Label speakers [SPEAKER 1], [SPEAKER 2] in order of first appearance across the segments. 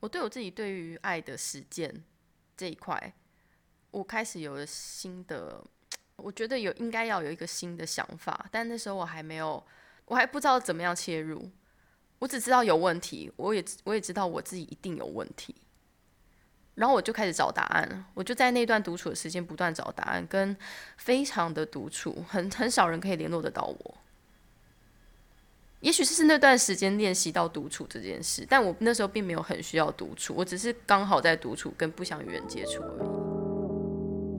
[SPEAKER 1] 我对我自己对于爱的实践这一块，我开始有了新的，我觉得有应该要有一个新的想法，但那时候我还没有，我还不知道怎么样切入，我只知道有问题，我也我也知道我自己一定有问题，然后我就开始找答案，我就在那段独处的时间不断找答案，跟非常的独处，很很少人可以联络得到我。也许是那段时间练习到独处这件事，但我那时候并没有很需要独处，我只是刚好在独处，跟不想与人接触而已。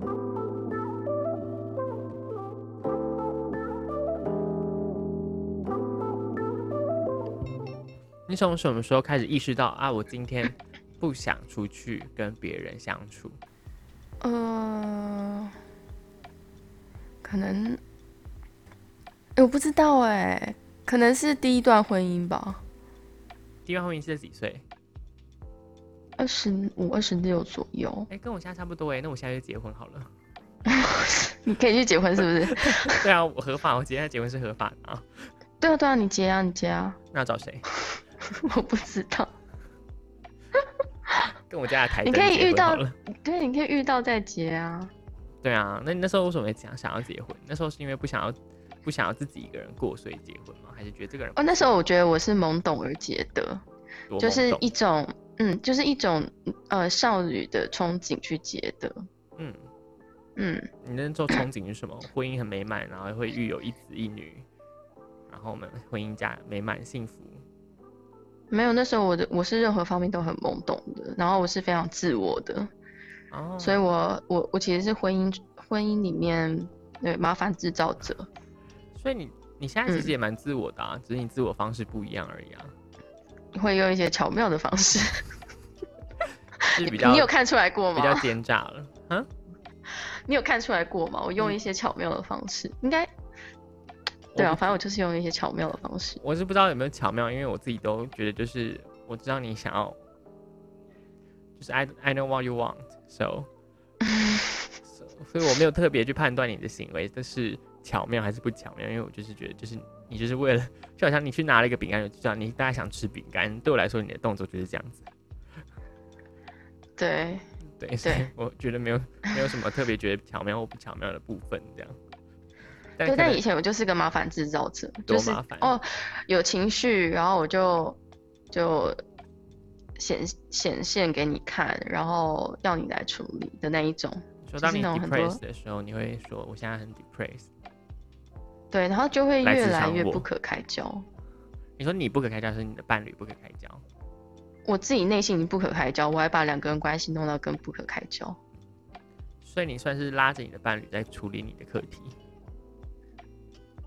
[SPEAKER 2] 你从什么时候开始意识到啊，我今天不想出去跟别人相处？
[SPEAKER 1] 呃，可能，诶我不知道哎、可能是第一段婚姻吧，
[SPEAKER 2] 第一段婚姻是在几岁？
[SPEAKER 1] 二十五、二十六左右
[SPEAKER 2] 哎、。跟我现在差不多哎、那我现在就结婚好了。
[SPEAKER 1] 你可以去结婚是不是？
[SPEAKER 2] 对啊，我合法，我今天结婚是合法的啊。
[SPEAKER 1] 对啊，对啊，你结啊，你结啊，
[SPEAKER 2] 那要找谁？
[SPEAKER 1] 我不知道。
[SPEAKER 2] 跟我家的台
[SPEAKER 1] 你
[SPEAKER 2] 灯
[SPEAKER 1] 可以
[SPEAKER 2] 结婚
[SPEAKER 1] 遇到
[SPEAKER 2] 好了
[SPEAKER 1] 对，你可以遇到再结啊。
[SPEAKER 2] 对啊，那你那时候为什么会想想要结婚？那时候是因为不想要不想要自己一个人过，所以结婚吗？还是觉得这个人
[SPEAKER 1] 哦，那时候我觉得我是懵懂而结的，
[SPEAKER 2] 多
[SPEAKER 1] 就是
[SPEAKER 2] 懵懂
[SPEAKER 1] 一种嗯，就是一种呃少女的憧憬去结的，
[SPEAKER 2] 嗯，
[SPEAKER 1] 嗯，
[SPEAKER 2] 你那时候憧憬是什么？婚姻很美满，然后会育有一子一女，然后我们婚姻家美满幸福。
[SPEAKER 1] 没有，那时候我的我是任何方面都很懵懂的，然后我是非常自我的，
[SPEAKER 2] 哦，
[SPEAKER 1] 所以我我我其实是婚姻婚姻里面对麻烦制造者，
[SPEAKER 2] 所以你你现在
[SPEAKER 1] 嗯
[SPEAKER 2] 其实也蛮自我的啊，只是你自我方式不一样而已啊，
[SPEAKER 1] 会用一些巧妙的方式，
[SPEAKER 2] 就是比较
[SPEAKER 1] 你有看出来过
[SPEAKER 2] 比较
[SPEAKER 1] 吗？
[SPEAKER 2] 奸诈了。嗯，
[SPEAKER 1] 你有看出来过吗？我用一些巧妙的方式，应该 对啊，
[SPEAKER 2] 我不
[SPEAKER 1] 反正我就是用一些巧妙的方 式，
[SPEAKER 2] 我是不知道有没有巧妙，因为我自己都觉得就是我知道你想要，就是 I I know what you want，so，so, 所以我没有特别去判断你的行为，这是巧妙还是不巧妙，因为我就是觉得就是你就是为了，就好像你去拿了一个饼干，就知道你大概想吃饼干，对我来说你的动作就是这样子，
[SPEAKER 1] 对，
[SPEAKER 2] 对，所以
[SPEAKER 1] 哦对
[SPEAKER 2] 我觉得没有没有什么特别觉得巧妙或不巧妙的部分这样。
[SPEAKER 1] 对，
[SPEAKER 2] 但可能
[SPEAKER 1] 但以前我就是个麻烦制造者，
[SPEAKER 2] 多
[SPEAKER 1] 就是
[SPEAKER 2] 麻烦
[SPEAKER 1] 哦，有情绪，然后我就就显显现给你看，然后要你来处理的那一种。
[SPEAKER 2] 说到
[SPEAKER 1] 就是
[SPEAKER 2] 你
[SPEAKER 1] 那种很多
[SPEAKER 2] depressed 的时候，你会说我现在很 depressed。
[SPEAKER 1] 对，然后就会
[SPEAKER 2] 来
[SPEAKER 1] 越
[SPEAKER 2] 自
[SPEAKER 1] 来
[SPEAKER 2] 伤
[SPEAKER 1] 越
[SPEAKER 2] 我
[SPEAKER 1] 不可开交。
[SPEAKER 2] 你说你不可开交，是你的伴侣不可开交。
[SPEAKER 1] 我自己内心已经不可开交，我还把两个人关系弄到更不可开交。
[SPEAKER 2] 所以你算是拉着你的伴侣在处理你的课题。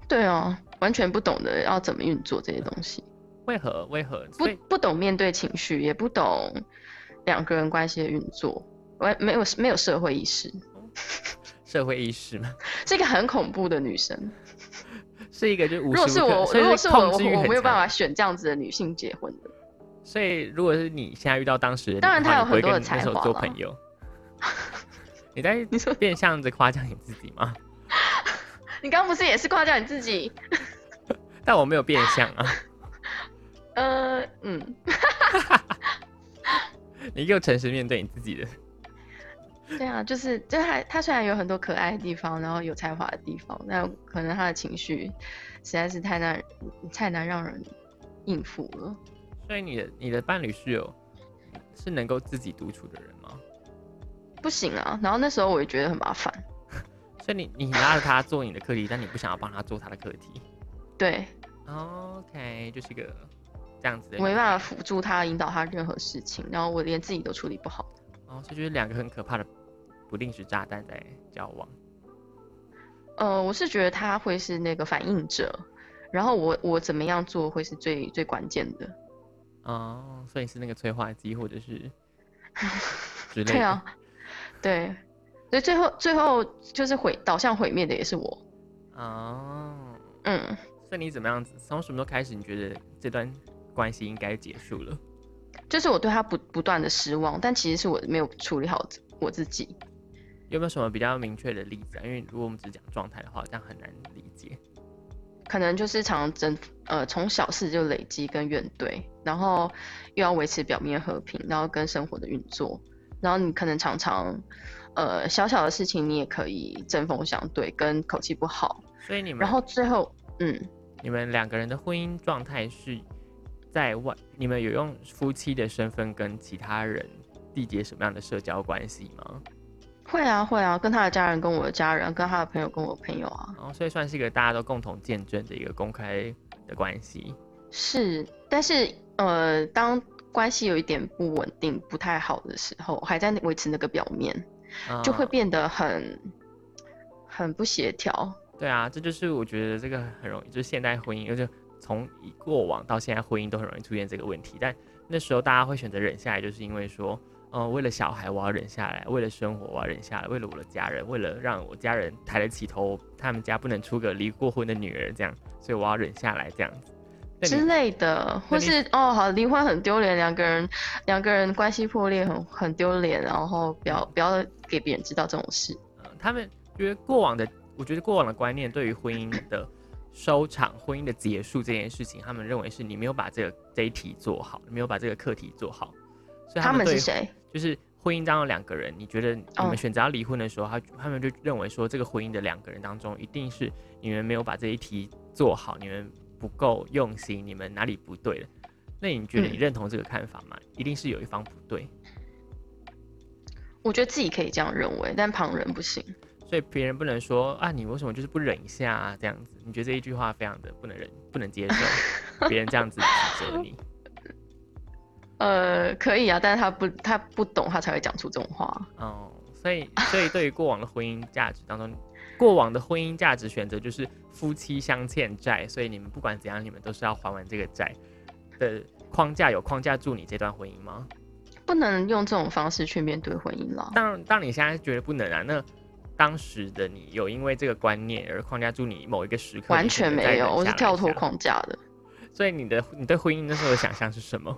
[SPEAKER 1] 对啊，完全不懂得要怎么运作这些东西，
[SPEAKER 2] 为何？为何？
[SPEAKER 1] 不
[SPEAKER 2] 所以
[SPEAKER 1] 不懂面对情绪，也不懂两个人关系的运作，完没有没有社会意识，
[SPEAKER 2] 社会意识嘛，
[SPEAKER 1] 这个很恐怖的女生。
[SPEAKER 2] 是一个就无
[SPEAKER 1] 如
[SPEAKER 2] 时
[SPEAKER 1] 果是
[SPEAKER 2] 无
[SPEAKER 1] 我，
[SPEAKER 2] 刻，所以
[SPEAKER 1] 如果是我，
[SPEAKER 2] 控制欲
[SPEAKER 1] 我我
[SPEAKER 2] 很
[SPEAKER 1] 没有办
[SPEAKER 2] 强。
[SPEAKER 1] 法选这样子的女性结婚的。
[SPEAKER 2] 所以如果是你现在遇到当时的你的
[SPEAKER 1] 当
[SPEAKER 2] 话，
[SPEAKER 1] 然他有
[SPEAKER 2] 你不会
[SPEAKER 1] 很多的
[SPEAKER 2] 跟你那时候
[SPEAKER 1] 才华
[SPEAKER 2] 做
[SPEAKER 1] 啦
[SPEAKER 2] 朋 友。你在
[SPEAKER 1] 你说
[SPEAKER 2] 变相的夸奖你自己吗？
[SPEAKER 1] 你刚刚不是也是夸奖你自己？
[SPEAKER 2] 但我没有变相啊，
[SPEAKER 1] 呃，嗯，
[SPEAKER 2] 你又诚实面对你自己的。
[SPEAKER 1] 对啊，就是，就还他虽然有很多可爱的地方，然后有才华的地方，但可能他的情绪实在是太难太难让人应付了。
[SPEAKER 2] 所以你的你的伴侣是有是能够自己独处的人吗？
[SPEAKER 1] 不行啊，然后那时候我也觉得很麻烦，
[SPEAKER 2] 所以你你拉着他做你的课题，但你不想要帮他做他的课题。
[SPEAKER 1] 对
[SPEAKER 2] OK，就是一个这样子的
[SPEAKER 1] 我
[SPEAKER 2] 女孩。
[SPEAKER 1] 没办法辅助他、引导他任何事情，然后我连自己都处理不好。
[SPEAKER 2] 哦，所以就是两个很可怕的不定时炸弹在交往。
[SPEAKER 1] 呃，我是觉得他会是那个反应者，然后我我怎么样做会是最最关键的。
[SPEAKER 2] 哦，所以是那个催化剂或者是之类的。
[SPEAKER 1] 对啊，对，所以最后最后就是毁导向毁灭的也是我。
[SPEAKER 2] 哦，
[SPEAKER 1] 嗯，
[SPEAKER 2] 所以你怎么样子？从什么时候开始你觉得这段关系应该结束了？
[SPEAKER 1] 就是我对他不不断的失望，但其实是我没有处理好自我自己。
[SPEAKER 2] 有没有什么比较明确的例子啊？因为如果我们只讲状态的话，这样很难理解。
[SPEAKER 1] 可能就是常常争呃从小事就累积跟怨怼，然后又要维持表面和平，然后跟生活的运作，然后你可能常常呃小小的事情你也可以针锋相对，跟口气不好，
[SPEAKER 2] 所以你们
[SPEAKER 1] 然后最后嗯
[SPEAKER 2] 你们两个人的婚姻状态是在外，你们有用夫妻的身份跟其他人缔结什么样的社交关系吗？
[SPEAKER 1] 会啊会啊，跟他的家人跟我的家人，跟他的朋友跟我的朋友啊，
[SPEAKER 2] 然后哦所以算是一个大家都共同见证的一个公开的关系。
[SPEAKER 1] 是，但是呃当关系有一点不稳定、不太好的时候，还在维持那个表面。就会
[SPEAKER 2] 嗯
[SPEAKER 1] 变得很很不协调。
[SPEAKER 2] 对啊，这就是我觉得这个很容易，就是现代婚姻，就是从以过往到现在婚姻都很容易出现这个问题。但那时候大家会选择忍下来，就是因为说，嗯、为了小孩我要忍下来，为了生活我要忍下来，为了我的家人，为了让我家人抬得起头，他们家不能出个离过婚的女儿这样，所以我要忍下来这样子。那
[SPEAKER 1] 之
[SPEAKER 2] 你
[SPEAKER 1] 类的，或
[SPEAKER 2] 你
[SPEAKER 1] 是哦，好，离婚很丢脸，两个人两个人关系破裂很很丢脸，然后不要不要给别人知道这种事。
[SPEAKER 2] 呃他们觉得过往的，我觉得过往的观念对于婚姻的收场、婚姻的结束这件事情，他们认为是你没有把这个这一题做好，你没有把这个课题做好，所以
[SPEAKER 1] 他
[SPEAKER 2] 们
[SPEAKER 1] 们
[SPEAKER 2] 对
[SPEAKER 1] 是谁？
[SPEAKER 2] 就是婚姻当中两个人，你觉得你
[SPEAKER 1] 哦
[SPEAKER 2] 们选择要离婚的时候，他他们就认为说这个婚姻的两个人当中，一定是你们没有把这一题做好，你们不够用心，你们哪里不对了。那你觉得
[SPEAKER 1] 嗯
[SPEAKER 2] 你认同这个看法吗？一定是有一方不对，
[SPEAKER 1] 我觉得自己可以这样认为，但旁人不行。
[SPEAKER 2] 所以别人不能说啊，你为什么就是不忍一下啊？这样子，你觉得这一句话非常的不能忍，不能接受，别人这样子指责你。
[SPEAKER 1] 呃，可以啊，但是他不他不懂，他才会讲出这种话。
[SPEAKER 2] 哦，所以所以对于过往的婚姻价值当中，过往的婚姻价值选择就是夫妻相欠债，所以你们不管怎样，你们都是要还完这个债的框架，有框架住你这段婚姻吗？
[SPEAKER 1] 不能用这种方式去面对婚姻了。
[SPEAKER 2] 当当你现在觉得不能啊，那当时的你有因为这个观念而框架住你某一个时刻？
[SPEAKER 1] 完
[SPEAKER 2] 你选
[SPEAKER 1] 全
[SPEAKER 2] 择再
[SPEAKER 1] 没有，
[SPEAKER 2] 忍
[SPEAKER 1] 我是
[SPEAKER 2] 下来一
[SPEAKER 1] 跳脱
[SPEAKER 2] 下。
[SPEAKER 1] 框架的。
[SPEAKER 2] 所以你的你对婚姻那时候的想象是什么？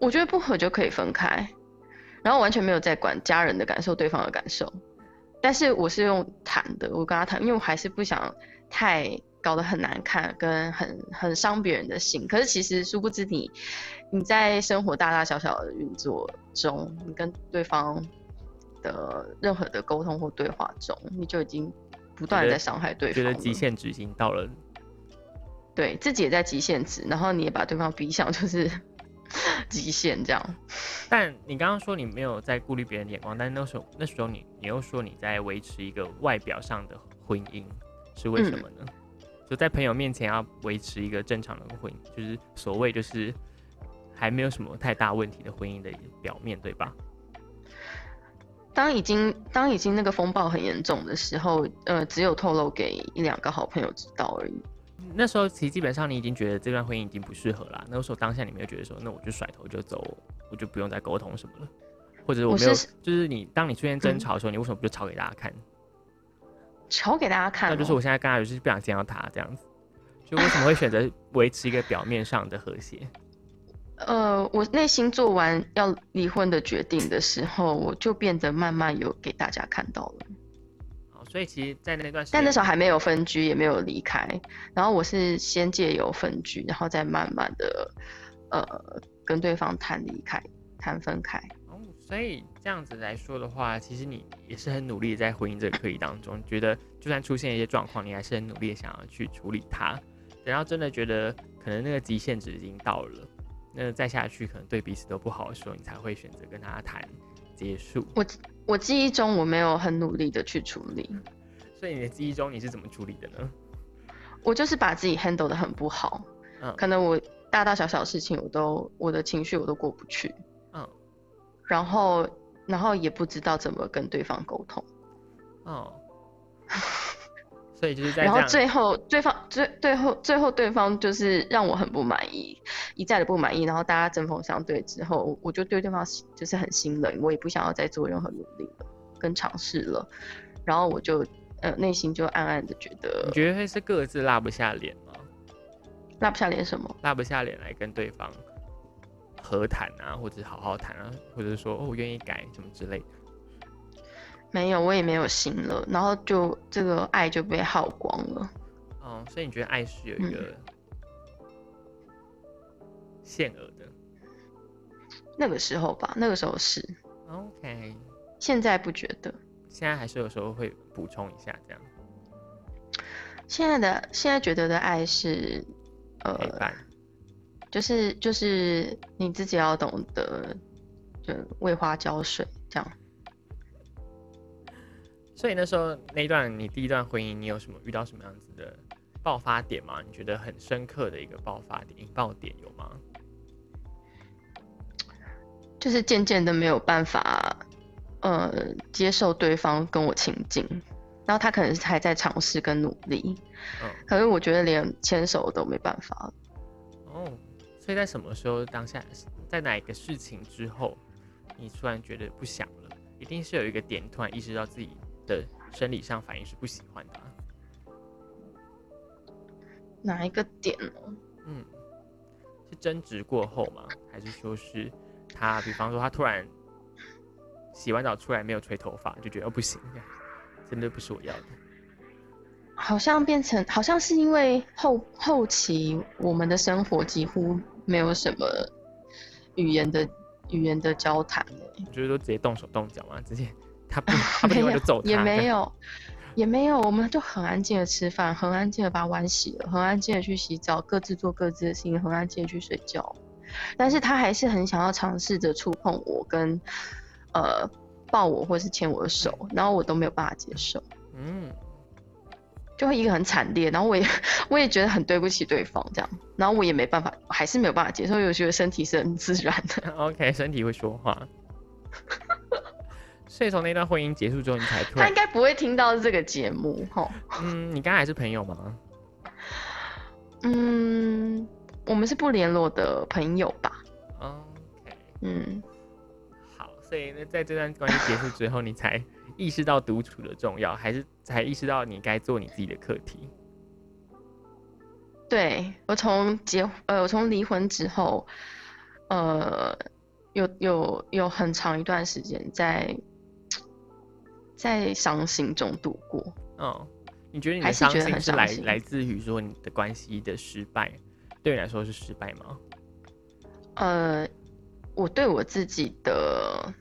[SPEAKER 1] 我觉得不合就可以分开，然后完全没有在管家人的感受、对方的感受。但是我是用谈的，我跟他谈，因为我还是不想太搞得很难看，跟很很伤别人的心。可是其实殊不知你你在生活大大小小的运作中，你跟对方的任何的沟通或对话中，你就已经不断地在伤害对
[SPEAKER 2] 觉
[SPEAKER 1] 方
[SPEAKER 2] 得
[SPEAKER 1] 了，
[SPEAKER 2] 极限值已经到了，
[SPEAKER 1] 对自己也在极限值，然后你也把对方逼向就是 极限这样。
[SPEAKER 2] 但你刚刚说你没有在顾虑别人的眼光，但是那时候那时候你你又说你在维持一个外表上的婚姻，是为
[SPEAKER 1] 嗯
[SPEAKER 2] 什么呢？就在朋友面前要维持一个正常的婚姻，就是所谓就是还没有什么太大问题的婚姻的表面对吧？
[SPEAKER 1] 当已经当已经那个风暴很严重的时候，呃，只有透露给一两个好朋友知道而已。
[SPEAKER 2] 那时候其实基本上你已经觉得这段婚姻已经不适合啦。那时候当下你没有觉得说，那我就甩头就走，我就不用再沟通什么了，或者我
[SPEAKER 1] 我
[SPEAKER 2] 没有，
[SPEAKER 1] 是
[SPEAKER 2] 就是你当你出现争
[SPEAKER 1] 嗯
[SPEAKER 2] 吵的时候，你为什么不就吵给大家看？
[SPEAKER 1] 瞧给大家看、
[SPEAKER 2] 那
[SPEAKER 1] 哦，
[SPEAKER 2] 就是我现在跟他就是不想见到他这样子，就为什么会选择维持一个表面上的和谐？
[SPEAKER 1] 呃，我内心做完要离婚的决定的时候，我就变得慢慢有给大家看到了。
[SPEAKER 2] 好，所以其实，在那段时间，
[SPEAKER 1] 但那时候还没有分居，也没有离开。然后我是先借由分居，然后再慢慢的，呃，跟对方谈离开，谈分开。
[SPEAKER 2] 哦，所以这样子来说的话，其实你也是很努力地在婚姻这个课题当中，觉得就算出现一些状况，你还是很努力的想要去处理它。等到真的觉得可能那个极限值已经到了，那再下去可能对彼此都不好的时候，你才会选择跟他谈结束。
[SPEAKER 1] 我记忆中我没有很努力的去处理，
[SPEAKER 2] 所以你的记忆中你是怎么处理的呢？
[SPEAKER 1] 我就是把自己 handle 的很不好，
[SPEAKER 2] 嗯
[SPEAKER 1] 可能我大大小小的事情我都我的情绪我都过不去，
[SPEAKER 2] 嗯，
[SPEAKER 1] 然后然后也不知道怎么跟对方沟通，
[SPEAKER 2] 哦，所以就是在
[SPEAKER 1] 然
[SPEAKER 2] 这
[SPEAKER 1] 后
[SPEAKER 2] 样。
[SPEAKER 1] 最后对方最最后最后对方就是让我很不满意，一再的不满意，然后大家针锋相对之后，我就对对方就是很心冷，我也不想要再做任何努力了跟尝试了，然后我就呃内心就暗暗的觉
[SPEAKER 2] 你
[SPEAKER 1] 得
[SPEAKER 2] 觉得会是各自拉不下脸吗？
[SPEAKER 1] 拉不下脸什么。
[SPEAKER 2] 拉不下脸来跟对方和谈啊，或者好好谈啊，或者说哦我愿意改什么之类的。
[SPEAKER 1] 没有，我也没有心了，然后就这个爱就被耗光了。
[SPEAKER 2] 哦、哦，所以你觉得爱是有一
[SPEAKER 1] 嗯
[SPEAKER 2] 个限额的、
[SPEAKER 1] 那个时候吧，那个时候是，
[SPEAKER 2] o k
[SPEAKER 1] 现在不觉得。
[SPEAKER 2] 现在还是有时候会补充一下这样
[SPEAKER 1] 现在的现在觉得的爱是，
[SPEAKER 2] 陪
[SPEAKER 1] 呃，
[SPEAKER 2] 伴。
[SPEAKER 1] 就是就是你自己要懂得，就为花浇水这样。
[SPEAKER 2] 所以那时候那一段你第一段婚姻，你有什么遇到什么样子的爆发点吗？你觉得很深刻的一个爆发点、引爆点有吗？
[SPEAKER 1] 就是渐渐的没有办法，呃，接受对方跟我亲近，然后他可能还在尝试跟努力，
[SPEAKER 2] 嗯
[SPEAKER 1] 可是我觉得连牵手都没办法了。
[SPEAKER 2] 哦，所以在什么时候当下，在哪一个事情之后，你突然觉得不想了？一定是有一个点突然意识到自己的生理上反应是不喜欢的啊、
[SPEAKER 1] 哪一个点哦？
[SPEAKER 2] 嗯，是争执过后吗？还是说是他，比方说他突然洗完澡出来没有吹头发，就觉得、哦、不行， 真的不是我要的。
[SPEAKER 1] 好像变成，好像是因为后后期我们的生活几乎没有什么语言的语言的交谈了
[SPEAKER 2] 就是都直接动手动脚嘛，直接他不他
[SPEAKER 1] 啊没
[SPEAKER 2] 不听话
[SPEAKER 1] 有
[SPEAKER 2] 就揍他，
[SPEAKER 1] 也
[SPEAKER 2] 这
[SPEAKER 1] 没
[SPEAKER 2] 样
[SPEAKER 1] 有，也没有，我们就很安静的吃饭，很安静的把碗洗了，很安静的去洗澡，各自做各自的事情，很安静的去睡觉。但是他还是很想要尝试着触碰我跟，呃，抱我或是牵我的手，然后我都没有办法接受，
[SPEAKER 2] 嗯，
[SPEAKER 1] 就会一个很惨烈，然后我也 我也觉得很对不起对方这样，然后我也没办法，还是没有办法接受，因为我觉得身体是很自然的。
[SPEAKER 2] OK，身体会说 话。所以从那段婚姻结束之后，你才突
[SPEAKER 1] 他
[SPEAKER 2] 然
[SPEAKER 1] 应，该不会听到这个节目吼。
[SPEAKER 2] 嗯，你刚才还是朋友吗？
[SPEAKER 1] 嗯，我们是不联络的朋友吧？
[SPEAKER 2] OK，
[SPEAKER 1] 嗯，
[SPEAKER 2] 好，所以那在这段关系结束之后，你才意识到独处的重要，还是才意识到你该做你自己的课题？
[SPEAKER 1] 对我从结呃，我从离婚之后，呃，有有有很长一段时间在在伤心中度过。
[SPEAKER 2] 嗯，你觉得你的
[SPEAKER 1] 还是
[SPEAKER 2] 伤
[SPEAKER 1] 觉得
[SPEAKER 2] 心
[SPEAKER 1] 很
[SPEAKER 2] 是
[SPEAKER 1] 伤
[SPEAKER 2] 来
[SPEAKER 1] 心
[SPEAKER 2] 来自于说你的关系的失败，对你来说是失败吗？
[SPEAKER 1] 呃，我对我自己的，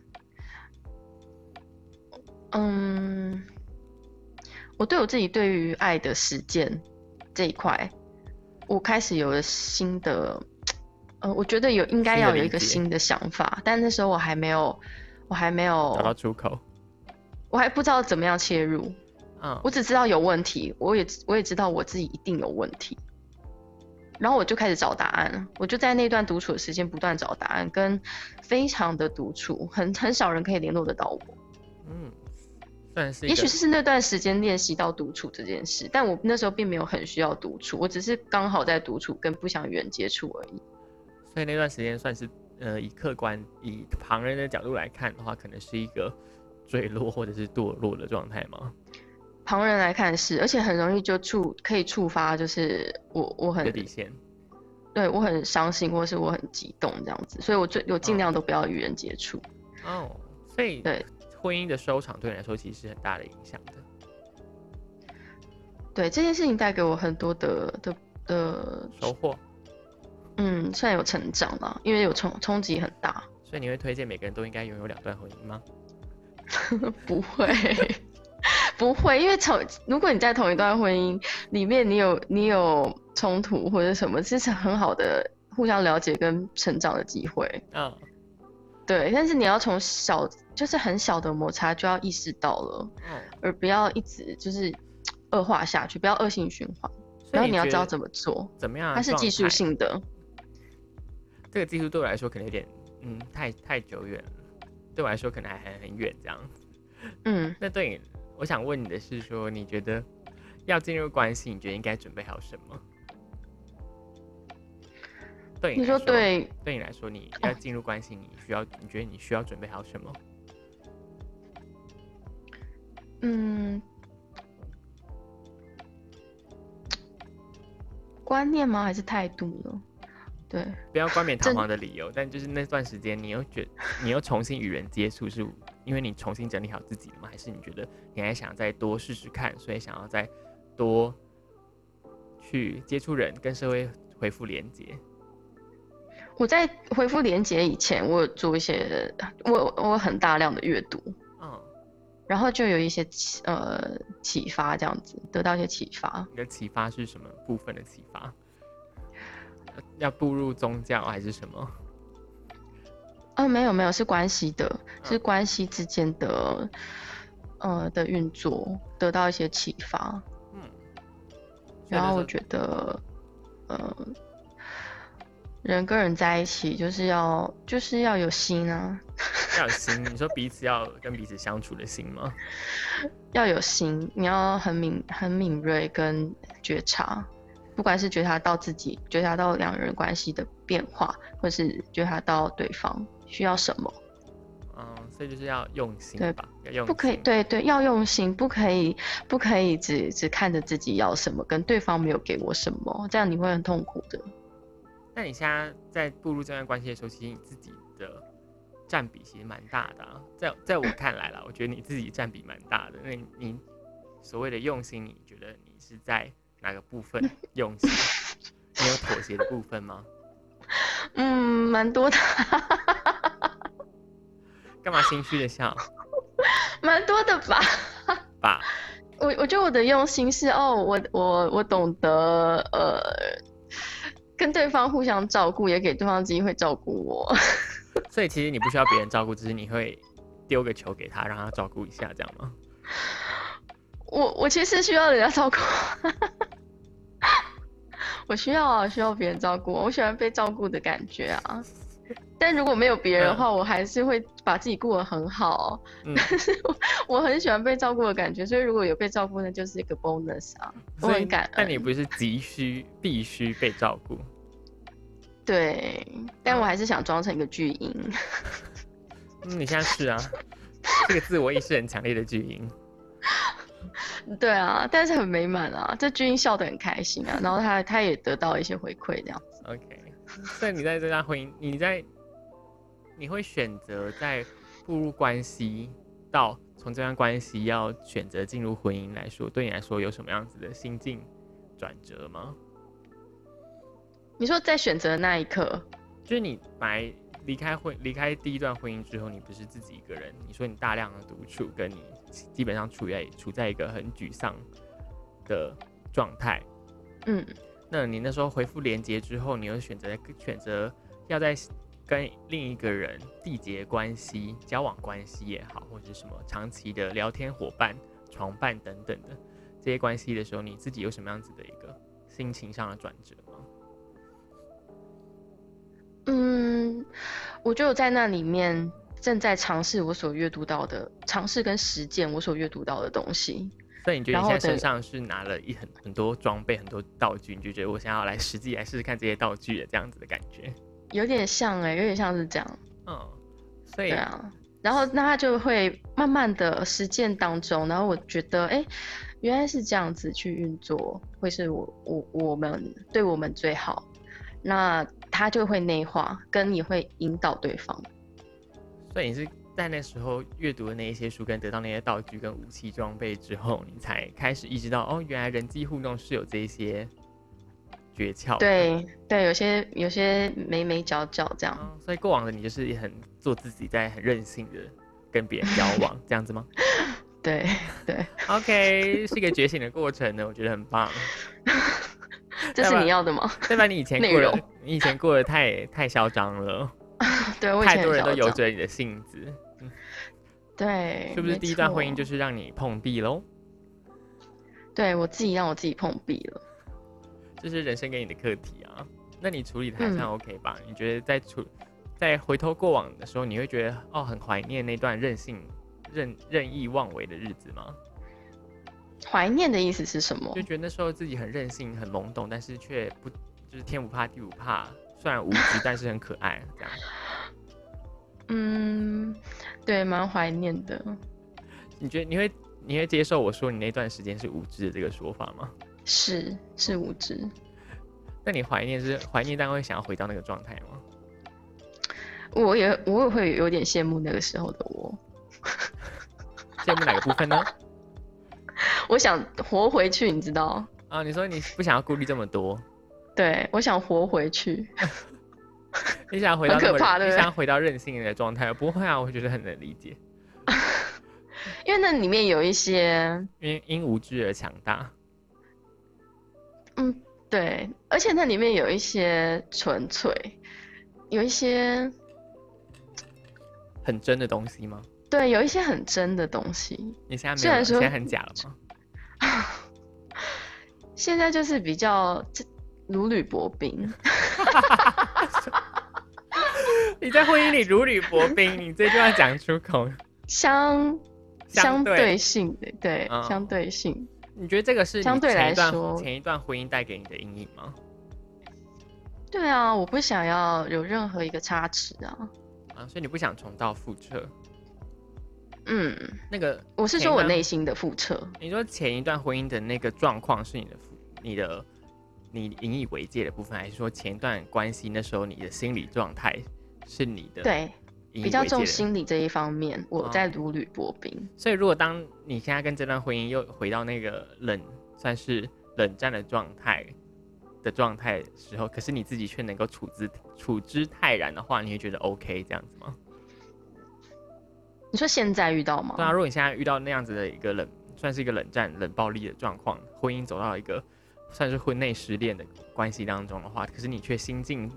[SPEAKER 1] 嗯，我对我自己对于爱的实践这一块，我开始有了新的，呃，我觉得有应该
[SPEAKER 2] 新的
[SPEAKER 1] 要有
[SPEAKER 2] 理
[SPEAKER 1] 一个
[SPEAKER 2] 解
[SPEAKER 1] 新的想法，但那时候我还没有，我还没
[SPEAKER 2] 找到
[SPEAKER 1] 有，
[SPEAKER 2] 出口，
[SPEAKER 1] 我还不知道怎么样切入，
[SPEAKER 2] 嗯
[SPEAKER 1] 我只知道有问题，我也我也知道我自己一定有问题，然后我就开始找答案，我就在那段独处的时间不断找答案，跟非常的独处，很很少人可以联络得到我。
[SPEAKER 2] 嗯，算是一
[SPEAKER 1] 也许
[SPEAKER 2] 个
[SPEAKER 1] 是那段时间练习到独处这件事，但我那时候并没有很需要独处，我只是刚好在独处跟不想与人接触而已。
[SPEAKER 2] 所以那段时间算是，呃，以客观、以旁人的角度来看的话，可能是一个坠落或者是堕落的状态吗？
[SPEAKER 1] 旁人来看是，而且很容易就触可以触发，就是我我
[SPEAKER 2] 你
[SPEAKER 1] 很
[SPEAKER 2] 的底线。
[SPEAKER 1] 对我很伤心，或是我很激动这样子，所以我最我尽
[SPEAKER 2] 嗯
[SPEAKER 1] 量都不要与人接触。
[SPEAKER 2] 哦，所以
[SPEAKER 1] 对
[SPEAKER 2] 婚姻的收场对你来说其实是很大的影响的。
[SPEAKER 1] 对这件事情带给我很多的的的，
[SPEAKER 2] 收获，
[SPEAKER 1] 嗯，算有成长啦，因为有冲冲击很大。
[SPEAKER 2] 所以你会推荐每个人都应该拥有两段婚姻吗？
[SPEAKER 1] 不会， 不会，因为从如果你在同一段婚姻里面，你有你有冲突或者什么，这是很好的互相了解跟成长的机会。
[SPEAKER 2] 嗯，
[SPEAKER 1] 对，但是你要从小就是很小的摩擦就要意识到了，
[SPEAKER 2] 哦，
[SPEAKER 1] 而不要一直就是恶化下去，不要恶性循环。
[SPEAKER 2] 所以
[SPEAKER 1] 然后你要知道
[SPEAKER 2] 觉得
[SPEAKER 1] 怎么做，
[SPEAKER 2] 怎么样的
[SPEAKER 1] 它是技术
[SPEAKER 2] 状态。
[SPEAKER 1] 性的。
[SPEAKER 2] 这个技术对我来说可能有点，嗯，太太久远了，对我来说可能还很很远这样。
[SPEAKER 1] 嗯，
[SPEAKER 2] 那对你，我想问你的是说，你觉得要进入关系，你觉得应该准备好什么？对
[SPEAKER 1] 你
[SPEAKER 2] 来说
[SPEAKER 1] 说，对
[SPEAKER 2] 对你来说，你要进入关系，你需要，你觉得你需要准备好什么？
[SPEAKER 1] 嗯，观念吗？还是态度呢？对，
[SPEAKER 2] 不要冠冕堂
[SPEAKER 1] 真
[SPEAKER 2] 皇的理由，但就是那段时间，你又觉，你又重新与人接触，是因为你重新整理好自己了吗？还是你觉得你还想再多试试看，所以想要再多去接触人，跟社会回复连接。
[SPEAKER 1] 我在回复连接以前，我有做一些，我我很大量的阅读，
[SPEAKER 2] 嗯，
[SPEAKER 1] 然后就有一些启呃启发，这样子得到一些启发。
[SPEAKER 2] 你的启发是什么部分的启发？要步入宗教还是什么？
[SPEAKER 1] 啊，没有没有，是关系的，是关系之间的，呃的运作，得到一些启发。
[SPEAKER 2] 嗯，
[SPEAKER 1] 然后我
[SPEAKER 2] 所以
[SPEAKER 1] 觉得，呃，人跟人在一起就是要就是要有心啊，
[SPEAKER 2] 那时候要有心，你说彼此要跟彼此相处的心吗？
[SPEAKER 1] 要有心，你要很敏很敏锐跟觉察，不管是觉察到自己，觉察到两人关系的变化，或是觉察到对方需要什么。
[SPEAKER 2] 嗯，所以就是要用心
[SPEAKER 1] 对
[SPEAKER 2] 吧，要用
[SPEAKER 1] 不可以，
[SPEAKER 2] 心
[SPEAKER 1] 对对，要用心，不可以，不可以只只看着自己要什么，跟对方没有给我什么，这样你会很痛苦的。
[SPEAKER 2] 那你现在在步入这段关系的时候，其实你自己的占比其实蛮大的、啊，在在我看来啦，我觉得你自己占比蛮大的。那你你所谓的用心，你觉得你是在哪个部分用心？你有妥协的部分吗？
[SPEAKER 1] 嗯，蛮多的，
[SPEAKER 2] 干嘛心虚的笑？
[SPEAKER 1] 蛮多的吧。
[SPEAKER 2] 吧，
[SPEAKER 1] 我我觉得我的用心是哦，我我我懂得呃，跟对方互相照顾，也给对方机会照顾我。
[SPEAKER 2] 所以其实你不需要别人照顾，只是你会丢个球给他，让他照顾一下，这样吗？
[SPEAKER 1] 我我其实需要人家照顾， 我需要啊，需要别人照顾我，我喜欢被照顾的感觉啊。但如果没有别人的话，我还是会把自己顾得很好。
[SPEAKER 2] 嗯，
[SPEAKER 1] 我很喜欢被照顾的感觉，所以如果有被照顾，那就是一个 bonus 啊。我
[SPEAKER 2] 所以
[SPEAKER 1] 很感
[SPEAKER 2] 但你
[SPEAKER 1] 恩。
[SPEAKER 2] 不是急需必须被照顾，
[SPEAKER 1] 对，但我还是想装成一个巨婴。
[SPEAKER 2] 嗯，你现在 是啊，这个自我意识很强烈的巨婴。
[SPEAKER 1] 对啊，但是很美满啊。这巨婴笑得很开心啊，然后他他也得到一些回馈，这样。
[SPEAKER 2] OK，所以你在这段婚姻，你在你会选择在步入关系到从这段关系要选择进入婚姻来说，对你来说有什么样子的心境转折吗？
[SPEAKER 1] 你说在选择的那一刻，
[SPEAKER 2] 就是你本来离开婚离开第一段婚姻之后，你不是自己一个人，你说你大量的独处，跟你基本上处在处在一个很沮丧的状态，
[SPEAKER 1] 嗯，
[SPEAKER 2] 那你那时候回复连接之后，你又选择选择要在跟另一个人缔结关系、交往关系也好，或者是什么长期的聊天伙伴、床伴等等的这些关系的时候，你自己有什么样子的一个心情上的转折吗？
[SPEAKER 1] 嗯，我就在那里面正在尝试我所阅读到的，尝试跟实践我所阅读到的东西。
[SPEAKER 2] 所以你觉得
[SPEAKER 1] 然
[SPEAKER 2] 你
[SPEAKER 1] 后
[SPEAKER 2] 现在身
[SPEAKER 1] 对
[SPEAKER 2] 上是拿了一很很多装备、很多道具，你就觉得我想要来实际来试试看这些道具的这样子的感觉，
[SPEAKER 1] 有点像哎、有点像是这样，
[SPEAKER 2] 嗯，所以
[SPEAKER 1] 对啊。然后那他就会慢慢的实践当中，然后我觉得哎、原来是这样子去运作，会是我我我们对我们最好。那他就会内化，跟你会引导对方。
[SPEAKER 2] 哦所以你是在那时候阅读的那一些书，跟得到那些道具跟武器装备之后，你才开始意识到，哦，原来人际互动是有这一些诀窍。，
[SPEAKER 1] 对对，有些有些眉眉角角这样。
[SPEAKER 2] 嗯，所以过往的你就是也很做自己，在很任性的跟别人交往，这样子吗
[SPEAKER 1] 对对，
[SPEAKER 2] ？OK，是一个觉醒的过程呢，我觉得很棒。
[SPEAKER 1] 这
[SPEAKER 2] 要不
[SPEAKER 1] 是
[SPEAKER 2] 然
[SPEAKER 1] 你要的吗？
[SPEAKER 2] 对吧？你以前
[SPEAKER 1] 内
[SPEAKER 2] 过
[SPEAKER 1] 容
[SPEAKER 2] 得，你以前过得太太嚣张了，
[SPEAKER 1] 对，我以前
[SPEAKER 2] 太多
[SPEAKER 1] 很
[SPEAKER 2] 人都
[SPEAKER 1] 嚣
[SPEAKER 2] 由
[SPEAKER 1] 张
[SPEAKER 2] 着你的性子，
[SPEAKER 1] 对，
[SPEAKER 2] 是不是？
[SPEAKER 1] 没
[SPEAKER 2] 第一段婚姻
[SPEAKER 1] 错
[SPEAKER 2] 就是让你碰壁喽？
[SPEAKER 1] 对我自己让我自己碰壁了？
[SPEAKER 2] 这是人生给你的课题啊。那你处理的还算
[SPEAKER 1] 嗯
[SPEAKER 2] OK 吧？你觉得在处在回头过往的时候，你会觉得哦，很怀念那段任性、任任意妄为的日子吗？
[SPEAKER 1] 怀念的意思是什么
[SPEAKER 2] 就？觉得那时候自己很任性、很懵懂，但是却不就是天不怕地不怕，虽然 无知，但是很可爱这样。
[SPEAKER 1] 嗯，对，蛮怀念的。
[SPEAKER 2] 你觉得你会你会接受我说你那段时间是无知的这个说法吗？
[SPEAKER 1] 是是无知，
[SPEAKER 2] 那你怀念是怀念，但会想要回到那个状态吗？
[SPEAKER 1] 我也我也会有点羡慕那个时候的我。
[SPEAKER 2] 羡慕哪个部分呢？
[SPEAKER 1] 我想活回去，你知道？
[SPEAKER 2] 啊，你说你不想要顾虑这么多，
[SPEAKER 1] 对我想活回去，
[SPEAKER 2] 你想回到那
[SPEAKER 1] 很可怕
[SPEAKER 2] 么
[SPEAKER 1] 对
[SPEAKER 2] 你
[SPEAKER 1] 不对
[SPEAKER 2] 想回到任性的状态，不会啊，我觉得很能理解，
[SPEAKER 1] 因为那里面有一些
[SPEAKER 2] 因为因无知而强大，
[SPEAKER 1] 对，而且那里面有一些纯粹，有一些
[SPEAKER 2] 很真的东西吗？
[SPEAKER 1] 对，有一些很真的东西。
[SPEAKER 2] 你现在
[SPEAKER 1] 虽然说
[SPEAKER 2] 没有了，现在很假了吗？
[SPEAKER 1] 现在就是比较这如履薄冰，
[SPEAKER 2] 你在婚姻里如履薄 冰，你这句话讲出口，
[SPEAKER 1] 相
[SPEAKER 2] 相对
[SPEAKER 1] 对性的，对，
[SPEAKER 2] 嗯
[SPEAKER 1] 相对性。
[SPEAKER 2] 你觉得这个是你
[SPEAKER 1] 相对
[SPEAKER 2] 前一
[SPEAKER 1] 来
[SPEAKER 2] 段
[SPEAKER 1] 说
[SPEAKER 2] 前一段婚姻带给你的阴影吗？
[SPEAKER 1] 对啊，我不想要有任何一个差池啊。
[SPEAKER 2] 啊，所以你不想重蹈覆辙？
[SPEAKER 1] 嗯，
[SPEAKER 2] 那个
[SPEAKER 1] 我是说我
[SPEAKER 2] 前一段
[SPEAKER 1] 内心的覆辙。
[SPEAKER 2] 你说前一段婚姻的那个状况是你的父你的你引以为戒的部分，还是说前一段关系那时候你的心理状态是你的
[SPEAKER 1] 对，
[SPEAKER 2] 引以
[SPEAKER 1] 比较
[SPEAKER 2] 为戒
[SPEAKER 1] 重
[SPEAKER 2] 的
[SPEAKER 1] 心理这一方面，我
[SPEAKER 2] 哦
[SPEAKER 1] 在如履薄冰。
[SPEAKER 2] 所以如果当你现在跟这段婚姻又回到那个冷算是冷战的状态的状态的时候，可是你自己却能够处之处之泰然的话，你会觉得 OK 这样子吗？
[SPEAKER 1] 你说现在遇到吗？
[SPEAKER 2] 对啊，如果你现在遇到那样子的一个冷，算是一个冷战、冷暴力的状况，婚姻走到一个算是婚内失恋的关系当中的话，可是你却心境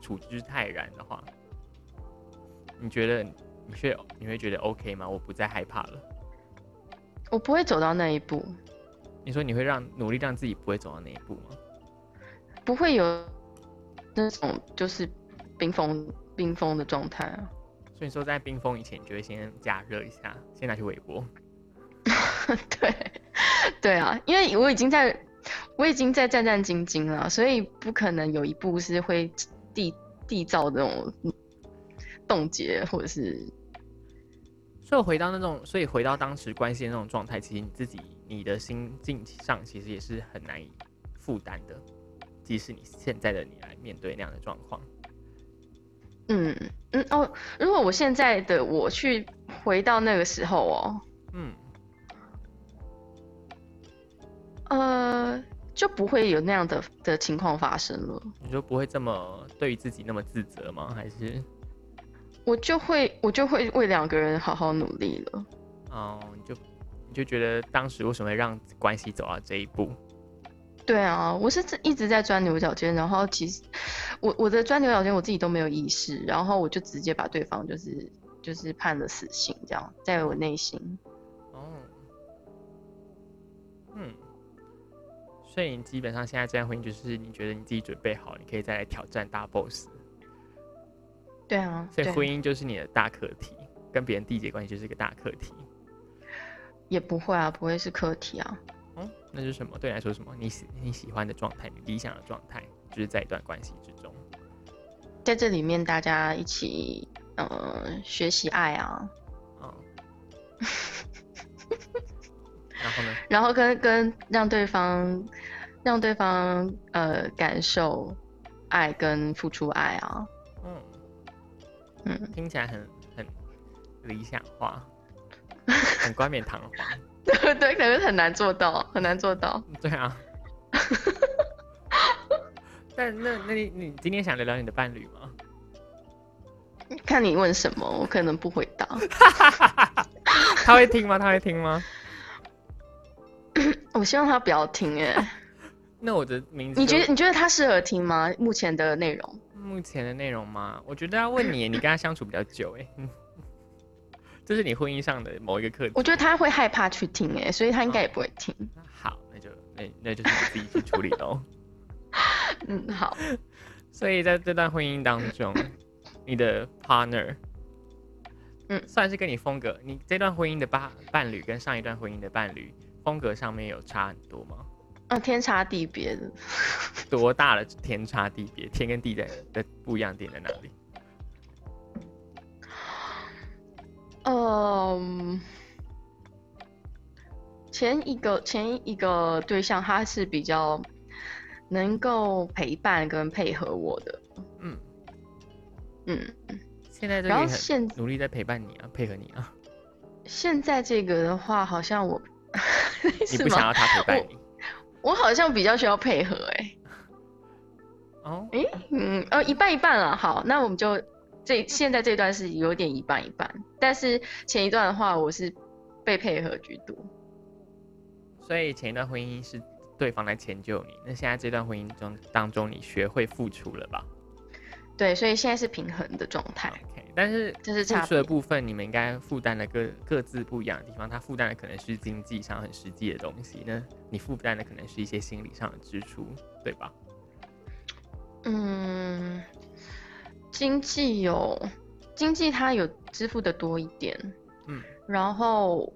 [SPEAKER 2] 处之泰然的话，你觉得你却你会觉得 OK 吗？我不再害怕了。
[SPEAKER 1] 我不会走到那一步，
[SPEAKER 2] 你说你会让努力让自己不会走到那一步吗？
[SPEAKER 1] 不会有那种就是冰封冰封的状态啊。
[SPEAKER 2] 所以说，在冰封以前，你就会先加热一下，先拿去微波。
[SPEAKER 1] 对，对啊，因为我已经在，我已经在战战兢兢了，所以不可能有一步是会缔缔造这种冻结或者是
[SPEAKER 2] 所以回到那种，所以回到当时关系的那种状态，其实你自己你的心境上其实也是很难以负担的，即使你现在的你来面对那样的状况。
[SPEAKER 1] 嗯嗯哦，如果我现在的我去回到那个时候哦，
[SPEAKER 2] 嗯，
[SPEAKER 1] 呃，就不会有那样的的情况发生了，
[SPEAKER 2] 你就不会这么对于自己那么自责吗？还是
[SPEAKER 1] 我就会我就会为两个人好好努力了。
[SPEAKER 2] 哦，你就你就觉得当时为什么会让关系走到这一步？
[SPEAKER 1] 对啊，我是一直在钻牛角尖，然后其实我我的钻牛角尖我自己都没有意识，然后我就直接把对方就是就是判了死刑，这样在我内心。
[SPEAKER 2] 哦，嗯，所以你基本上现在这段婚姻就是你觉得你自己准备好，你可以再来挑战大 boss。
[SPEAKER 1] 对啊，
[SPEAKER 2] 所以
[SPEAKER 1] 对
[SPEAKER 2] 婚姻就是你的大课题，跟别人缔结关系就是一个大课题。
[SPEAKER 1] 也不会啊，不会是课题啊。
[SPEAKER 2] 哦，那是什么？对你来说是什么？你喜你喜欢的状态，你理想的状态，就是在一段关系之中。
[SPEAKER 1] 在这里面大家一起呃学习爱啊，
[SPEAKER 2] 哦。然后呢？
[SPEAKER 1] 然后跟跟让对方让对方呃感受爱跟付出爱啊，
[SPEAKER 2] 嗯
[SPEAKER 1] 嗯，
[SPEAKER 2] 听起来很很理想化，很冠冕堂皇。
[SPEAKER 1] 对，可是很难做到，很难做到。
[SPEAKER 2] 对啊。但那那你你今天想聊聊你的伴侣吗？
[SPEAKER 1] 看你问什么，我可能不回答。
[SPEAKER 2] 他会听吗？他会听吗？
[SPEAKER 1] 我希望他不要听哎、
[SPEAKER 2] 那我的名字
[SPEAKER 1] 你
[SPEAKER 2] 就
[SPEAKER 1] 觉得你觉得他适合听吗？目前的内容，
[SPEAKER 2] 目前的内容吗？我觉得要问你，你跟他相处比较久，哎，嗯 这是你婚姻上的某一个课题。
[SPEAKER 1] 我觉得他会害怕去听哎、所以他应该也不会听。
[SPEAKER 2] 好，那就那那就是你自己去处理喽。
[SPEAKER 1] 嗯，好，
[SPEAKER 2] 所以在这段婚姻当中，你的 partner，
[SPEAKER 1] 嗯
[SPEAKER 2] 算是跟你风格，你这段婚姻的伴伴侣跟上一段婚姻的伴侣风格上面有差很多吗？
[SPEAKER 1] 啊，天差地别的。
[SPEAKER 2] 多大的天差地别？天跟地的的不一样点在哪里？
[SPEAKER 1] 嗯，前一个前一个对象他是比较能够陪伴跟配合我的，
[SPEAKER 2] 嗯，
[SPEAKER 1] 嗯，
[SPEAKER 2] 现在这
[SPEAKER 1] 然
[SPEAKER 2] 个
[SPEAKER 1] 后
[SPEAKER 2] 也很
[SPEAKER 1] 现
[SPEAKER 2] 努力在陪伴你啊，配合你啊，
[SPEAKER 1] 现在这个的话，好像我
[SPEAKER 2] 你
[SPEAKER 1] 是
[SPEAKER 2] 不想
[SPEAKER 1] 吗？
[SPEAKER 2] 要他陪伴你。
[SPEAKER 1] 我我好像比较需要配合、欸，哎，
[SPEAKER 2] 哦，
[SPEAKER 1] 嗯，呃，一半一半了。好，那我们就这现在这段是有点一半一半，但是前一段的话，我是被配合居多。
[SPEAKER 2] 所以前一段婚姻是对方来迁就你，那现在这段婚姻中当中，你学会付出了吧
[SPEAKER 1] 对，所以现在是平衡的状态，
[SPEAKER 2] ？OK，但是
[SPEAKER 1] 哎这是
[SPEAKER 2] 付
[SPEAKER 1] 差
[SPEAKER 2] 出的
[SPEAKER 1] 别。
[SPEAKER 2] 部分，你们应该负担的各各自不一样的地方。他负担的可能是经济上很实际的东西，那你负担的可能是一些心理上的支出，对吧？
[SPEAKER 1] 嗯，经济有经济，它有支付的多一点，
[SPEAKER 2] 嗯
[SPEAKER 1] 然后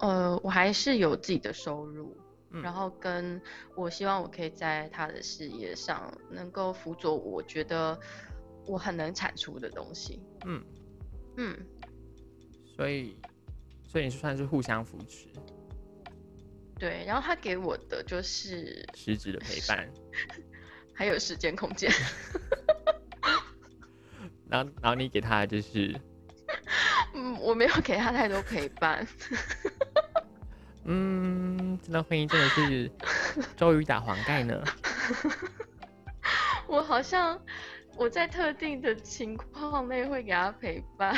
[SPEAKER 1] 呃，我还是有自己的收入，
[SPEAKER 2] 嗯
[SPEAKER 1] 然后跟我希望我可以在他的事业上能够辅佐我觉得我很能产出的东西。
[SPEAKER 2] 嗯，
[SPEAKER 1] 嗯，
[SPEAKER 2] 所以所以你是算是互相扶持，
[SPEAKER 1] 对。然后他给我的就是
[SPEAKER 2] 实质的陪伴。
[SPEAKER 1] 还有时间 空间，
[SPEAKER 2] 然后然后你给他的就是
[SPEAKER 1] 嗯，我没有给他太多陪伴。
[SPEAKER 2] 嗯，这段婚姻真的 是周瑜打黄盖呢。
[SPEAKER 1] 我好像我在特定的情况内会给他陪伴，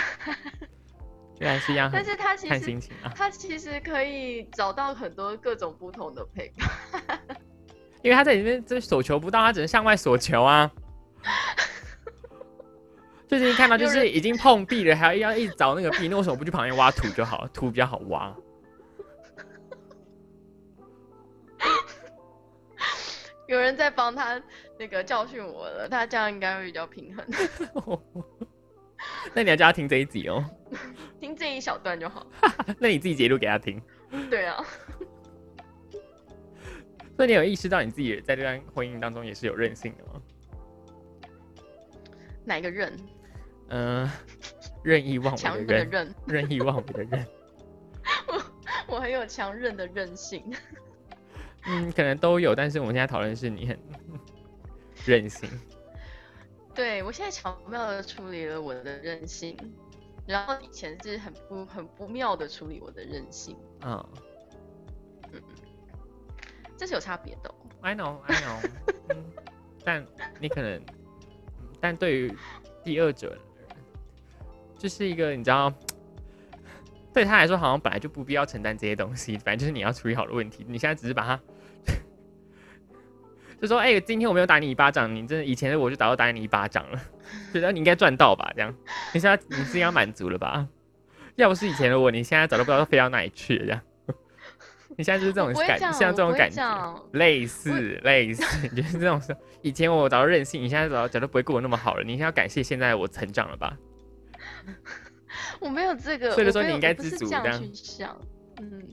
[SPEAKER 2] 虽然是一样很
[SPEAKER 1] 但是他其
[SPEAKER 2] 看
[SPEAKER 1] 实
[SPEAKER 2] 心情啊，
[SPEAKER 1] 他其实可以找到很多各种不同的陪伴。
[SPEAKER 2] 因为他在里面这所求不到，他只能向外所求 啊。最近看到就
[SPEAKER 1] 有
[SPEAKER 2] 是已经碰壁了，还要要一直找那个壁，那为什么不去旁边挖土就好？土比较好挖。
[SPEAKER 1] 有人在帮他那个教训我了，他这样应该会比较平衡。
[SPEAKER 2] 那你要叫他听这一集哦，
[SPEAKER 1] 听这一小段就好。
[SPEAKER 2] 那你自己截录给他听。
[SPEAKER 1] 对啊，
[SPEAKER 2] 所以你有意识到你自己在这段婚姻当中也是有韧性的吗？
[SPEAKER 1] 哪个任？
[SPEAKER 2] 嗯、任意妄为
[SPEAKER 1] 强
[SPEAKER 2] 的
[SPEAKER 1] 韧的
[SPEAKER 2] 任，
[SPEAKER 1] 任，
[SPEAKER 2] 任意妄为的任。
[SPEAKER 1] 我很有强韧的韧性。
[SPEAKER 2] 嗯，可能都有，但是我们现在讨论的是你很 任性。
[SPEAKER 1] 对我现在巧妙的处理了我的任性，然后以前是很不很不妙的处理我的任性，
[SPEAKER 2] 嗯、
[SPEAKER 1] 这是有差别的哦、
[SPEAKER 2] i know, I know 嗯。但你可能，嗯但对于第二者，就是一个你知道，对他来说好像本来就不必要承担这些东西，反正就是你要处理好的问题。你现在只是把他。就说，哎、今天我没有打你一巴掌，你真的以前的我就早就打你一巴掌了， 觉得你应该赚到吧？这样，你现在你是应该满足了吧？ 要不是以前的我，你现在早都不知道飞到哪里去了。这样， 你现在就是这种
[SPEAKER 1] 我不会
[SPEAKER 2] 感，
[SPEAKER 1] 这样
[SPEAKER 2] 像这
[SPEAKER 1] 我
[SPEAKER 2] 种
[SPEAKER 1] 不会
[SPEAKER 2] 感
[SPEAKER 1] 这
[SPEAKER 2] 觉，
[SPEAKER 1] 样啊
[SPEAKER 2] 类似类似， 就是这种事。以前我早就任性，你现在早早就不会过得那么好了。你应该要感谢现在的我成长了吧？
[SPEAKER 1] 我没有这个，
[SPEAKER 2] 所以
[SPEAKER 1] 我
[SPEAKER 2] 说
[SPEAKER 1] 没
[SPEAKER 2] 你
[SPEAKER 1] 有
[SPEAKER 2] 应该
[SPEAKER 1] 我不
[SPEAKER 2] 知
[SPEAKER 1] 是
[SPEAKER 2] 足
[SPEAKER 1] 这
[SPEAKER 2] 这
[SPEAKER 1] 样
[SPEAKER 2] 样
[SPEAKER 1] 去想。嗯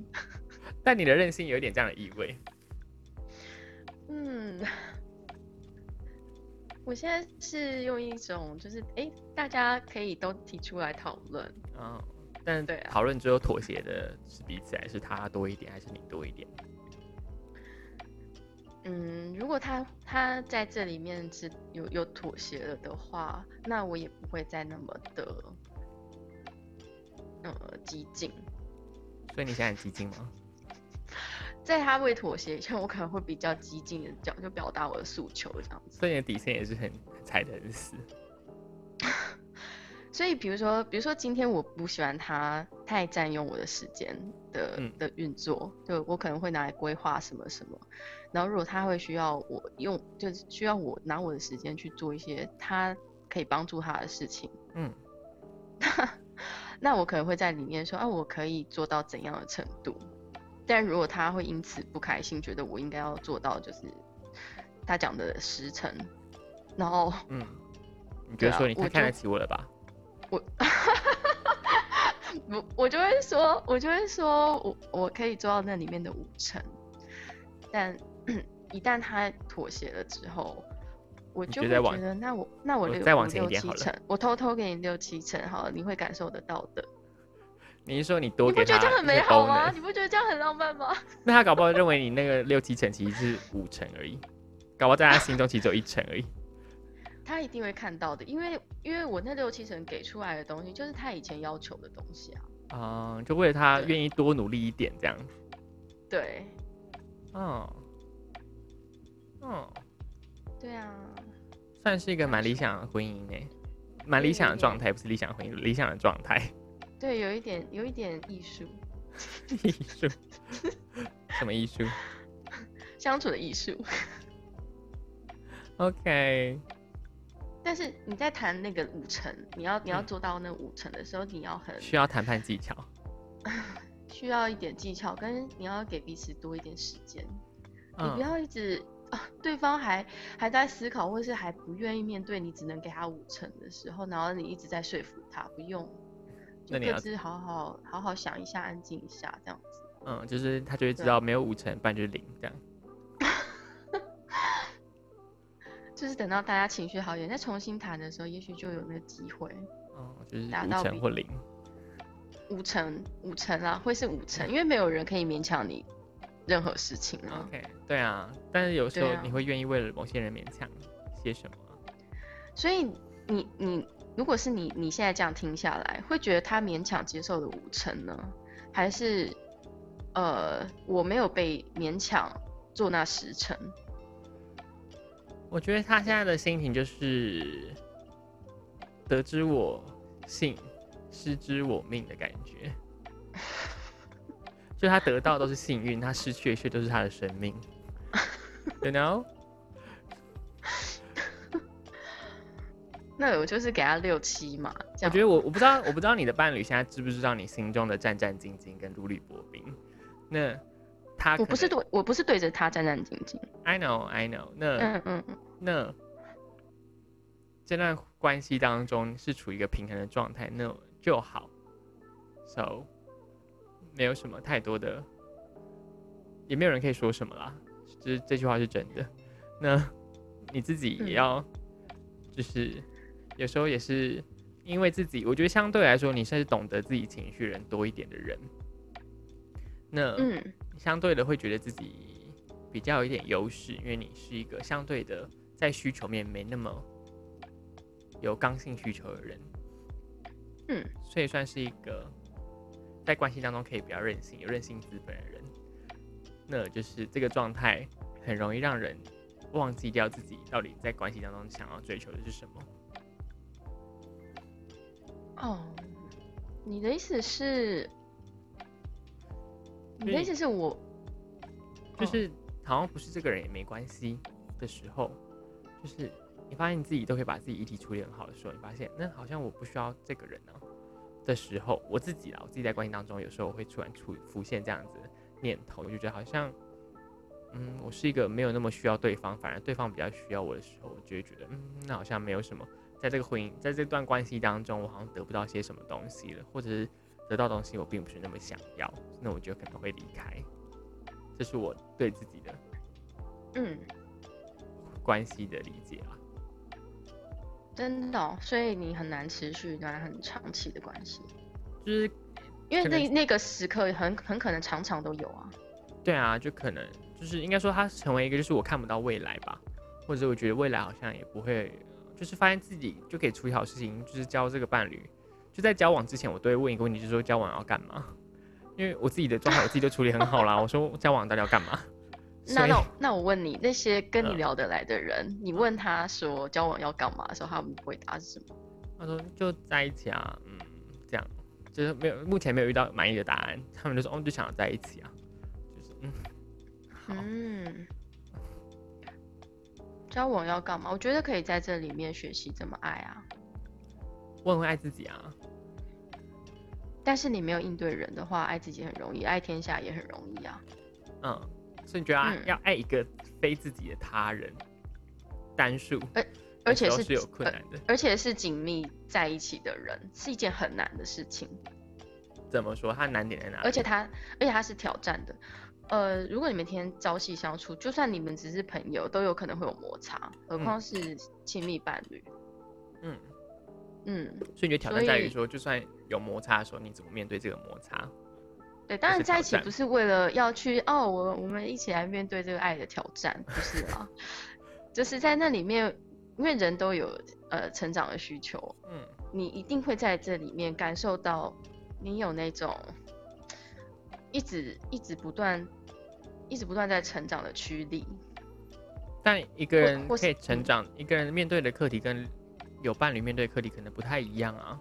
[SPEAKER 2] 但你的任性有一点这样的意味。
[SPEAKER 1] 嗯，我现在是用一种就是哎，诶大家可以都提出来讨论。
[SPEAKER 2] 嗯，但
[SPEAKER 1] 对啊
[SPEAKER 2] 讨论之后妥协的是彼此，还是他多一点，还是你多一点？
[SPEAKER 1] 嗯，如果他他在这里面是有有妥协了的话，那我也不会再那么的呃激进。
[SPEAKER 2] 所以你现在很激进吗？
[SPEAKER 1] 在他未妥协以前，我可能会比较激进的讲，就表达我的诉求这样子。
[SPEAKER 2] 所以你的底线也是很踩得很死。
[SPEAKER 1] 所以，比如说，比如说今天我不喜欢他太占用我的时间的、
[SPEAKER 2] 嗯
[SPEAKER 1] 的运作，就我可能会拿来规划什么什么。然后，如果他会需要我用，就是需要我拿我的时间去做一些他可以帮助他的事情，
[SPEAKER 2] 嗯，
[SPEAKER 1] 那我可能会在里面说啊，我可以做到怎样的程度。但如果他会因此不开心，觉得我应该要做到就是他讲的时辰，然后
[SPEAKER 2] 嗯，你觉
[SPEAKER 1] 对
[SPEAKER 2] 得
[SPEAKER 1] 啊
[SPEAKER 2] 说你
[SPEAKER 1] 我
[SPEAKER 2] 太看
[SPEAKER 1] 就
[SPEAKER 2] 得起我了吧？
[SPEAKER 1] 我我就会说，我就会说我我可以做到那里面的五成，但一旦他妥协了之后，我
[SPEAKER 2] 你
[SPEAKER 1] 就
[SPEAKER 2] 觉
[SPEAKER 1] 会
[SPEAKER 2] 得
[SPEAKER 1] 觉
[SPEAKER 2] 往
[SPEAKER 1] 得那我那我
[SPEAKER 2] 我
[SPEAKER 1] 六
[SPEAKER 2] 再
[SPEAKER 1] 我
[SPEAKER 2] 往前一
[SPEAKER 1] 六
[SPEAKER 2] 点
[SPEAKER 1] 七
[SPEAKER 2] 好了
[SPEAKER 1] 成，我偷偷给你六七成好了，你会感受得到的。
[SPEAKER 2] 你是说你
[SPEAKER 1] 你
[SPEAKER 2] 多
[SPEAKER 1] 不
[SPEAKER 2] 给
[SPEAKER 1] 觉
[SPEAKER 2] 他
[SPEAKER 1] 得这样很
[SPEAKER 2] 一些
[SPEAKER 1] 美好吗？
[SPEAKER 2] bonus？
[SPEAKER 1] 你不觉得这样很浪漫吗？
[SPEAKER 2] 那他搞不好认为你那个六七成其实是五成而已， 搞不好在他心中其实只有一成而已。
[SPEAKER 1] 他一定会看到的，因为因为我那六七成给出来的东西，就是他以前要求的东西啊。
[SPEAKER 2] 啊、就为了他
[SPEAKER 1] 对
[SPEAKER 2] 愿意多努力一点这样。
[SPEAKER 1] 对，
[SPEAKER 2] 哦，嗯，
[SPEAKER 1] 对啊，
[SPEAKER 2] 算是一个蛮理想的婚姻诶，蛮理想的状态，不是理想的婚姻，理想的状态。
[SPEAKER 1] 对，有一点有一点艺术，
[SPEAKER 2] 艺术？什么 艺术
[SPEAKER 1] 相处的艺术。
[SPEAKER 2] ？OK，
[SPEAKER 1] 但是你在谈那个五成，你要你要
[SPEAKER 2] 嗯
[SPEAKER 1] 做到那五成的时候，你要很
[SPEAKER 2] 需要谈判技巧。
[SPEAKER 1] 需要一点技巧，跟你要给彼此多一点时间。你不
[SPEAKER 2] 嗯，
[SPEAKER 1] 要一直啊，对方还还在思考，或是还不愿意面对，你只能给他五成的时候，然后你一直在说服他，不用，就
[SPEAKER 2] 那你
[SPEAKER 1] 各
[SPEAKER 2] 要
[SPEAKER 1] 自好好好好想一下，安静一下，这样子。
[SPEAKER 2] 嗯，就是他就会知道没有五成，半就是零这样。
[SPEAKER 1] 就是等到大家情绪好一点，再重新谈的时候，也许就有那个机会。
[SPEAKER 2] 嗯，就是
[SPEAKER 1] 达
[SPEAKER 2] 五
[SPEAKER 1] 到
[SPEAKER 2] 成
[SPEAKER 1] 比
[SPEAKER 2] 或零。
[SPEAKER 1] 五成，五成啊，会是五
[SPEAKER 2] 嗯
[SPEAKER 1] 成，因为没有人可以勉强你任何事情啊。
[SPEAKER 2] OK，对啊，但是有时候
[SPEAKER 1] 对啊
[SPEAKER 2] 你会愿意为了某些人勉强些什么啊？
[SPEAKER 1] 所以你你如果是你你现在这样听下来，会觉得他勉强接受了五成呢，还是呃我没有被勉强做那十成？
[SPEAKER 2] 我觉得他现在的心情就是得知我幸，失之我命的感觉。 就他得到都是幸运，他失去的却都是他的生 命。You know？
[SPEAKER 1] 那我就是给他六七嘛，这
[SPEAKER 2] 我
[SPEAKER 1] 样
[SPEAKER 2] 觉得我我不知道我不知道你的伴侣现在知不知道你心中的战战兢兢跟如履薄冰。那他
[SPEAKER 1] 我
[SPEAKER 2] 可
[SPEAKER 1] 不是
[SPEAKER 2] 能
[SPEAKER 1] 对我不是对着他战战兢兢，
[SPEAKER 2] I know I know 那。
[SPEAKER 1] 嗯嗯嗯，
[SPEAKER 2] 那这段关系当中是处于一个平衡的状态，那就好。So，没有什么太多的，也没有人可以说什么啦。这这句话是真的。那你自己也
[SPEAKER 1] 嗯
[SPEAKER 2] 要，就是有时候也是因为自己，我觉得相对来说，你算是懂得自己情绪的人多一点的人。那
[SPEAKER 1] 嗯
[SPEAKER 2] 相对的会觉得自己比较有一点优势，因为你是一个相对的在需求面没那么有刚性需求的人，
[SPEAKER 1] 嗯，
[SPEAKER 2] 所以算是一个在关系当中可以比较任性、有任性资本的人。那就是这个状态很容易让人忘记掉自己到底在关系当中想要追求的是什么。
[SPEAKER 1] 哦，你的意思是，你的意思是我
[SPEAKER 2] 就
[SPEAKER 1] 哦
[SPEAKER 2] 是好像不是这个人也没关系的时候，就是你发现你自己都可以把自己议题处理很好的时候，你发现那好像我不需要这个人呢、的时候，我自己啦，我自己在关系当中有时候我会突然出浮现这样子的念头，我就觉得好像，嗯，我是一个没有那么需要对方，反而对方比较需要我的时候，我就会觉得，嗯，那好像没有什么，在这个婚姻，在这段关系当中，我好像得不到些什么东西了，或者是得到东西我并不是那么想要，那我就可能会离开。这是我对自己的
[SPEAKER 1] 嗯。
[SPEAKER 2] 关系的理解啊。
[SPEAKER 1] 真的哦、所以你很难持续一段很长期的关系，
[SPEAKER 2] 就是
[SPEAKER 1] 因为
[SPEAKER 2] 可能
[SPEAKER 1] 那那个时刻很很可能常常都有啊。
[SPEAKER 2] 对啊，就可能就是应该说，它成为一个就是我看不到未来吧，或者我觉得未来好像也不会，就是发现自己就可以处理好事情，就是交这个伴侣，就在交往之前，我都会问一个问题，就是说交往要干嘛？因为我自己的状态，我自己就处理很好啦。我说交往到底要干嘛？
[SPEAKER 1] 那
[SPEAKER 2] 所以
[SPEAKER 1] 那我那我问你，那些跟你
[SPEAKER 2] 嗯
[SPEAKER 1] 聊得来的人，你问他说交往要干嘛的时候，他们回答是什么？
[SPEAKER 2] 他说就在一起啊，嗯，这样就是没有目前没有遇到满意的答案，他们就说哦就想要在一起啊，就是嗯好
[SPEAKER 1] 嗯，交往要干嘛？我觉得可以在这里面学习怎么爱啊，
[SPEAKER 2] 我很会爱自己啊，
[SPEAKER 1] 但是你没有应对人的话，爱自己很容易，爱天下也很容易啊。
[SPEAKER 2] 嗯，所以你觉得要爱,、
[SPEAKER 1] 嗯
[SPEAKER 2] 要爱一个非自己的他人，单数，
[SPEAKER 1] 而而且
[SPEAKER 2] 有时
[SPEAKER 1] 是
[SPEAKER 2] 候是有困
[SPEAKER 1] 呃
[SPEAKER 2] 难的。
[SPEAKER 1] 而且是紧密在一起的人，是一件很难的事情。
[SPEAKER 2] 怎么说？它难点在哪里？
[SPEAKER 1] 而且他，而且他是挑战的。呃，如果你们天天朝夕相处，就算你们只是朋友，都有可能会有摩擦，何况是亲密伴侣。
[SPEAKER 2] 嗯，
[SPEAKER 1] 嗯，
[SPEAKER 2] 所以你觉得挑战在于
[SPEAKER 1] 所以
[SPEAKER 2] 说，就算有摩擦的时候，你怎么面对这个摩擦？
[SPEAKER 1] 对，当然
[SPEAKER 2] 是挑
[SPEAKER 1] 在一起
[SPEAKER 2] 战
[SPEAKER 1] 不是为了要去哦，我我们一起来面对这个爱的挑战，不是啊， 就是在那里面，因为人都有呃成长的需求，
[SPEAKER 2] 嗯，
[SPEAKER 1] 你一定会在这里面感受到，你有那种一直一直不断、一直不断在成长的驱力。
[SPEAKER 2] 但一个
[SPEAKER 1] 或
[SPEAKER 2] 人
[SPEAKER 1] 或
[SPEAKER 2] 可以
[SPEAKER 1] 是
[SPEAKER 2] 成
[SPEAKER 1] 嗯
[SPEAKER 2] 长，一个人面对的课题跟有伴侣面对的课题可能不太一样啊。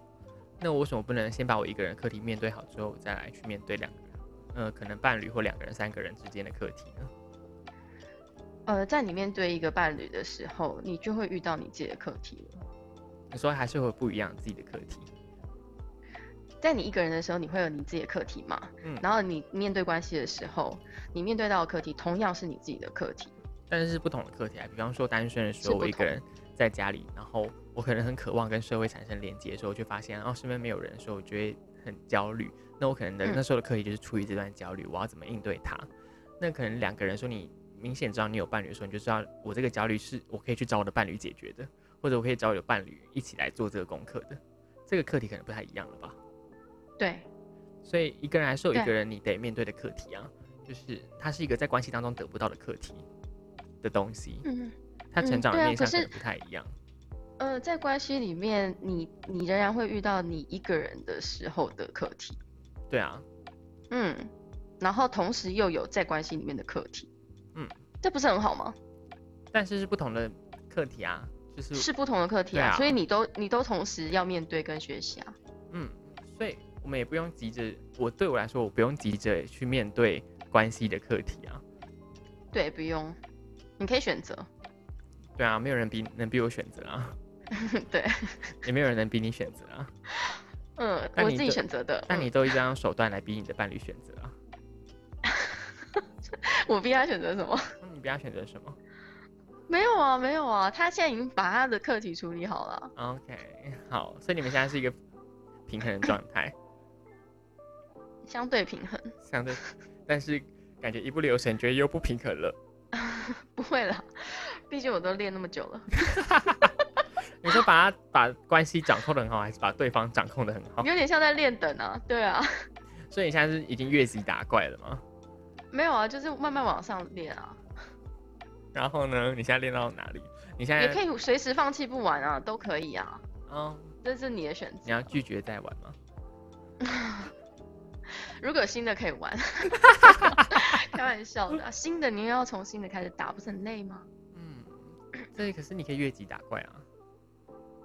[SPEAKER 2] 那我为什么不能先把我一个人课题面对好之后，再来去面对两个人，呃，可能伴侣或两个人、三个人之间的课题呢？
[SPEAKER 1] 呃，在你面对一个伴侣的时候，你就会遇到你自己的课题了。
[SPEAKER 2] 你说还是会有不一样自己的课题，
[SPEAKER 1] 在你一个人的时候，你会有你自己的课题嘛？
[SPEAKER 2] 嗯
[SPEAKER 1] 然后你面对关系的时候，你面对到的课题同样是你自己的课题。
[SPEAKER 2] 但是是不同的课题啊。比方说单身的时
[SPEAKER 1] 是
[SPEAKER 2] 候，
[SPEAKER 1] 不
[SPEAKER 2] 我一
[SPEAKER 1] 同
[SPEAKER 2] 个人在家里，然后我可能很渴望跟社会产生连接的时候，我就发现，哦，身边没有人的时候，我就会很焦虑。那我可能的、
[SPEAKER 1] 嗯
[SPEAKER 2] 那时候的课题就是出于这段焦虑，我要怎么应对它？那可能两个人说你明显知道你有伴侣的时候，你就知道我这个焦虑是我可以去找我的伴侣解决的，或者我可以找我的伴侣一起来做这个功课的。这个课题可能不太一样了吧？
[SPEAKER 1] 对，
[SPEAKER 2] 所以一个人还是有一
[SPEAKER 1] 对
[SPEAKER 2] 个人你得面对的课题啊，就是它是一个在关系当中得不到的课题的东西，
[SPEAKER 1] 嗯，
[SPEAKER 2] 他成
[SPEAKER 1] 嗯
[SPEAKER 2] 长的
[SPEAKER 1] 对啊
[SPEAKER 2] 面
[SPEAKER 1] 可
[SPEAKER 2] 向可
[SPEAKER 1] 是
[SPEAKER 2] 能不太一样。
[SPEAKER 1] 呃，在关系里面，你你仍然会遇到你一个人的时候的课题，
[SPEAKER 2] 对啊，
[SPEAKER 1] 嗯，然后同时又有在关系里面的课题，
[SPEAKER 2] 嗯，
[SPEAKER 1] 这不是很好吗？
[SPEAKER 2] 但是是不同的课题啊，就是
[SPEAKER 1] 是不同的课题
[SPEAKER 2] 对
[SPEAKER 1] 啊，
[SPEAKER 2] 啊
[SPEAKER 1] 所以你都你都同时要面对跟学习啊。
[SPEAKER 2] 嗯，所以我们也不用急着，我对我来说，我不用急着去面对关系的课题啊。
[SPEAKER 1] 对，不用，你可以选择。
[SPEAKER 2] 对啊，没有人比能比我选择啊，
[SPEAKER 1] 对，
[SPEAKER 2] 也没有人能比你选择 啊。
[SPEAKER 1] 嗯，
[SPEAKER 2] 那
[SPEAKER 1] 我
[SPEAKER 2] 你
[SPEAKER 1] 自己
[SPEAKER 2] 的
[SPEAKER 1] 选择的。
[SPEAKER 2] 但
[SPEAKER 1] 嗯
[SPEAKER 2] 你都一直用手段来逼你的伴侣选择啊，
[SPEAKER 1] 我逼他选择什么？
[SPEAKER 2] 那你不要选择什么
[SPEAKER 1] 没有啊，没有啊，他现在已经把他的课题处理好了。
[SPEAKER 2] ？OK，好，所以你们现在是一个平衡的状态。
[SPEAKER 1] 相对平衡，
[SPEAKER 2] 相对，但是感觉一不留神，觉得又不平衡了。
[SPEAKER 1] 不会啦，毕竟我都练那么久了。
[SPEAKER 2] 你说把他把关系掌控的很好，还是把对方掌控的很好？
[SPEAKER 1] 有点像在练等啊，对啊，
[SPEAKER 2] 所以你现在是已经越级打怪了吗？
[SPEAKER 1] 没有啊，就是慢慢往上练啊，
[SPEAKER 2] 然后呢，你现在练到哪里？你现在
[SPEAKER 1] 也可以随时放弃不玩啊，都可以啊，
[SPEAKER 2] 哦，
[SPEAKER 1] 这是你的选
[SPEAKER 2] 你
[SPEAKER 1] 择。
[SPEAKER 2] 要拒绝再玩吗？
[SPEAKER 1] 如果有新的可以 玩，开玩笑的啊、新的你又要从新的开始打，不是很累吗？
[SPEAKER 2] 嗯，这可是你可以越级打怪啊，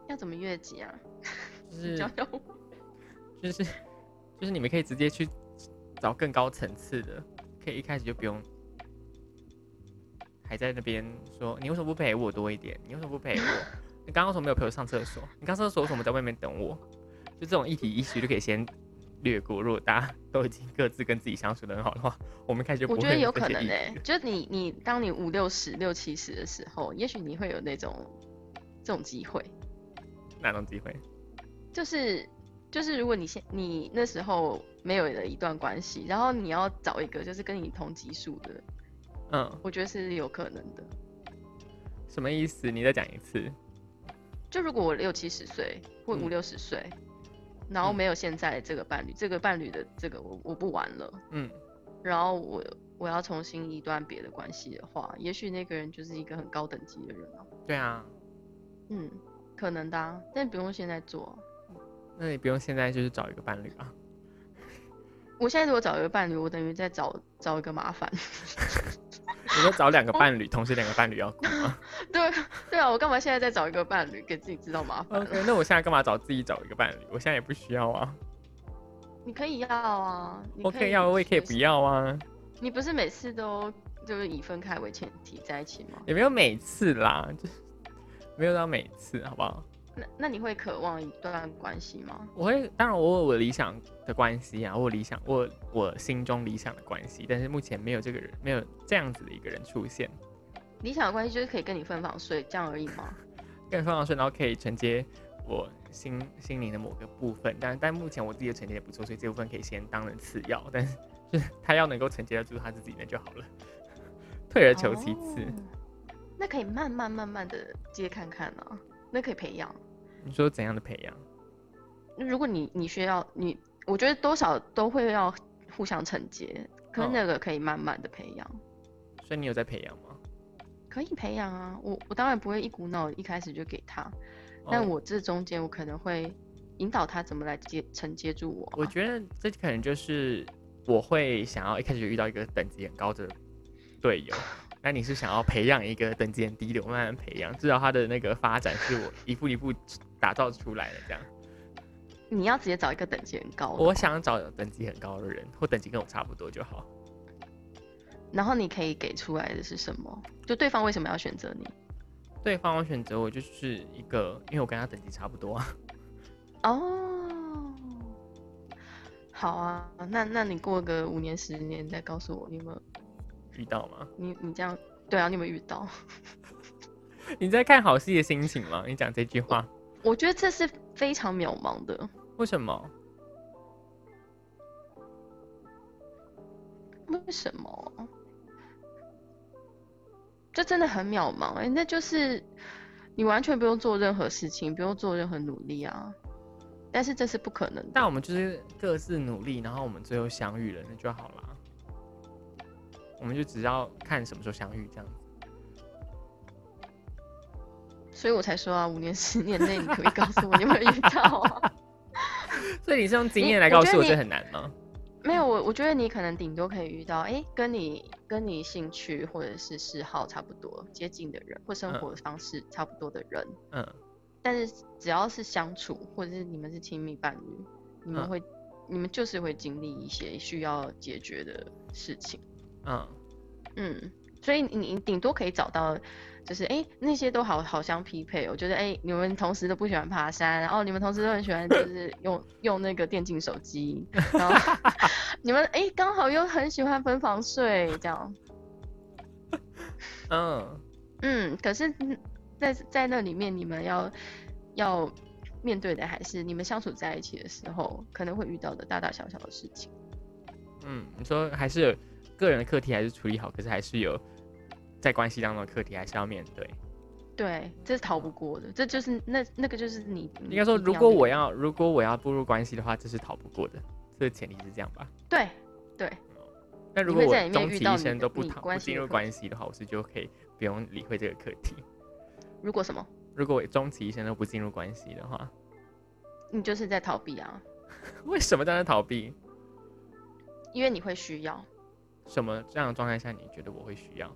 [SPEAKER 1] 要怎么越级啊？
[SPEAKER 2] 就是
[SPEAKER 1] 你教教我。
[SPEAKER 2] 就是 就是你们可以直接去找更高层次的，可以一开始就不用还在那边说你为什么不陪我多一点？你为什么不陪 我？你刚刚为什么没有陪我上厕所？你刚上厕所为什么在外面等我？就这种一题一许就可以先略过。如果大家都已经各自跟自己相处的很好的话，我们开始就
[SPEAKER 1] 我
[SPEAKER 2] 不
[SPEAKER 1] 觉
[SPEAKER 2] 会
[SPEAKER 1] 得有
[SPEAKER 2] 这
[SPEAKER 1] 可
[SPEAKER 2] 些
[SPEAKER 1] 能欸
[SPEAKER 2] 议
[SPEAKER 1] 呢、
[SPEAKER 2] 题了
[SPEAKER 1] 就你你当你五六十、六七十的时候，也许你会有那种这种机会，
[SPEAKER 2] 哪种机会？
[SPEAKER 1] 就是就是如果你现你那时候没有了一段关系，然后你要找一个就是跟你同级数的，
[SPEAKER 2] 嗯，
[SPEAKER 1] 我觉得是有可能的。
[SPEAKER 2] 什么意思？你再讲一次。
[SPEAKER 1] 就如果我六七十岁或
[SPEAKER 2] 嗯
[SPEAKER 1] 五六十岁，然后
[SPEAKER 2] 嗯
[SPEAKER 1] 没有现在这个伴侣，这个伴侣的这个我我不玩了，
[SPEAKER 2] 嗯，
[SPEAKER 1] 然后我我要重新一段别的关系的话，也许那个人就是一个很高等级的人啊。
[SPEAKER 2] 对啊，
[SPEAKER 1] 嗯，可能的、啊，但不用现在做啊。
[SPEAKER 2] 那你不用现在就是找一个伴侣啊。
[SPEAKER 1] 我现在如果找一个伴侣，我等于在找找一个麻烦。
[SPEAKER 2] 你说找两个伴侣，同时两个伴侣要顾吗？
[SPEAKER 1] 对对啊，我干嘛现在再找一个伴侣给自己制造麻烦？
[SPEAKER 2] OK，那我现在干嘛找自己找一个伴侣？我现在也不需要啊，
[SPEAKER 1] 你可以要啊，你
[SPEAKER 2] 我可以要，我也可以不
[SPEAKER 1] 随时。
[SPEAKER 2] 要啊，
[SPEAKER 1] 你不是每次都就是以分开为前提在一起吗？
[SPEAKER 2] 也没有每次啦，就是没有到每次，好不好？
[SPEAKER 1] 那那你会渴望一段关系吗？
[SPEAKER 2] 我会，当然我有我理想的关系啊，我有理想，我有我心中理想的关系，但是目前没有这个人，没有这样子的一个人出现，
[SPEAKER 1] 理想的关系就是可以跟你分房睡这样而已吗？
[SPEAKER 2] 更放上顺，然后可以承接我心心灵的某个部分，但但目前我自己的承接也不错，所以这部分可以先当成次要，但是就是他要能够承接得住他自己，那就好了，退而求其次。
[SPEAKER 1] 哦那可以慢慢慢慢的接看看啊，那可以培养。
[SPEAKER 2] 你说怎样的培养？
[SPEAKER 1] 如果你你需要你，我觉得多少都会要互相承接，可是
[SPEAKER 2] 哦
[SPEAKER 1] 那个可以慢慢的培养，
[SPEAKER 2] 所以你有在培养吗？
[SPEAKER 1] 可以培养啊。我我当然不会一股脑一开始就给他，但
[SPEAKER 2] 哦
[SPEAKER 1] 我这中间我可能会引导他怎么来接承接住我啊、
[SPEAKER 2] 我觉得这可能就是我会想要一开始就遇到一个等级很高的队友，那你是想要培养一个等级很低的，我慢慢培养，至少他的那个发展是我一步一步打造出来的这样。
[SPEAKER 1] 你要直接找一个等级很高的，
[SPEAKER 2] 我想找等级很高的人，或等级跟我差不多就好。
[SPEAKER 1] 然后你可以给出来的是什么？就对方为什么要选择你？
[SPEAKER 2] 对方我选择我就是一个，因为我跟他等级差不多啊。
[SPEAKER 1] 哦，好啊，那那你过个五年十年再告诉我，你有没有
[SPEAKER 2] 遇到吗？
[SPEAKER 1] 你你这样对啊，你有没有遇到？
[SPEAKER 2] 你在看好戏的心情吗？你讲这句话，
[SPEAKER 1] 我觉得这是非常渺茫的，
[SPEAKER 2] 为什么？
[SPEAKER 1] 为什么？这真的很渺茫哎、那就是你完全不用做任何事情，不用做任何努力啊。但是这是不可能的。
[SPEAKER 2] 但我们就是各自努力，然后我们最后相遇了，那就好啦。我们就只要看什么时候相遇这样子。
[SPEAKER 1] 所以我才说啊，五年、十年内你可不可以告诉我你有没有遇到啊？
[SPEAKER 2] 所以你是用经
[SPEAKER 1] 你
[SPEAKER 2] 验来
[SPEAKER 1] 我
[SPEAKER 2] 告
[SPEAKER 1] 觉
[SPEAKER 2] 诉
[SPEAKER 1] 得
[SPEAKER 2] 我这
[SPEAKER 1] 你
[SPEAKER 2] 很难吗？
[SPEAKER 1] 没有，我我觉得你可能顶多可以遇到，哎、跟你跟你兴趣或者是嗜好差不多接近的人，或生
[SPEAKER 2] 嗯
[SPEAKER 1] 活方式差不多的人。
[SPEAKER 2] 嗯，
[SPEAKER 1] 但是只要是相处，或者是你们是亲密伴侣，你们
[SPEAKER 2] 嗯
[SPEAKER 1] 会，你们就是会经历一些需要解决的事情。
[SPEAKER 2] 嗯，
[SPEAKER 1] 嗯，所以你你顶多可以找到，就是哎、诶那些都好好相匹配哦。我觉得哎、诶你们同时都不喜欢爬山，然后你们同时都很喜欢就是用用那个电竞手机，然后 你们哎刚、好又很喜欢分房睡这样。
[SPEAKER 2] 嗯，
[SPEAKER 1] 嗯，可是嗯在在那里面，你们要要面对的还是你们相处在一起的时候可能会遇到的大大小小的事情。
[SPEAKER 2] 嗯，你说还是有个人的课题还是处理好，可是还是有在关系当中的课题还是要面对。
[SPEAKER 1] 对，这是逃不过的，这就是那那个就是你你
[SPEAKER 2] 应该说，
[SPEAKER 1] 嗯一定
[SPEAKER 2] 如果
[SPEAKER 1] 面
[SPEAKER 2] 我要如果我要步入关系的话，这是逃不过的，这个前提是这样吧？
[SPEAKER 1] 对对，
[SPEAKER 2] 那如
[SPEAKER 1] 你
[SPEAKER 2] 果
[SPEAKER 1] 会
[SPEAKER 2] 我
[SPEAKER 1] 在里面
[SPEAKER 2] 终
[SPEAKER 1] 遇
[SPEAKER 2] 其
[SPEAKER 1] 到
[SPEAKER 2] 一
[SPEAKER 1] 你
[SPEAKER 2] 生
[SPEAKER 1] 的
[SPEAKER 2] 都不
[SPEAKER 1] 你
[SPEAKER 2] 逃不
[SPEAKER 1] 关系
[SPEAKER 2] 进
[SPEAKER 1] 的
[SPEAKER 2] 入
[SPEAKER 1] 课
[SPEAKER 2] 关系的话，我是就可以不用理会这个课题。
[SPEAKER 1] 如果什么，
[SPEAKER 2] 如果我终其一生都不进入关系的话，
[SPEAKER 1] 你就是在逃避啊，
[SPEAKER 2] 为什么当然逃避？
[SPEAKER 1] 因为你会需要，
[SPEAKER 2] 什么这样的状态下你觉得我会需要？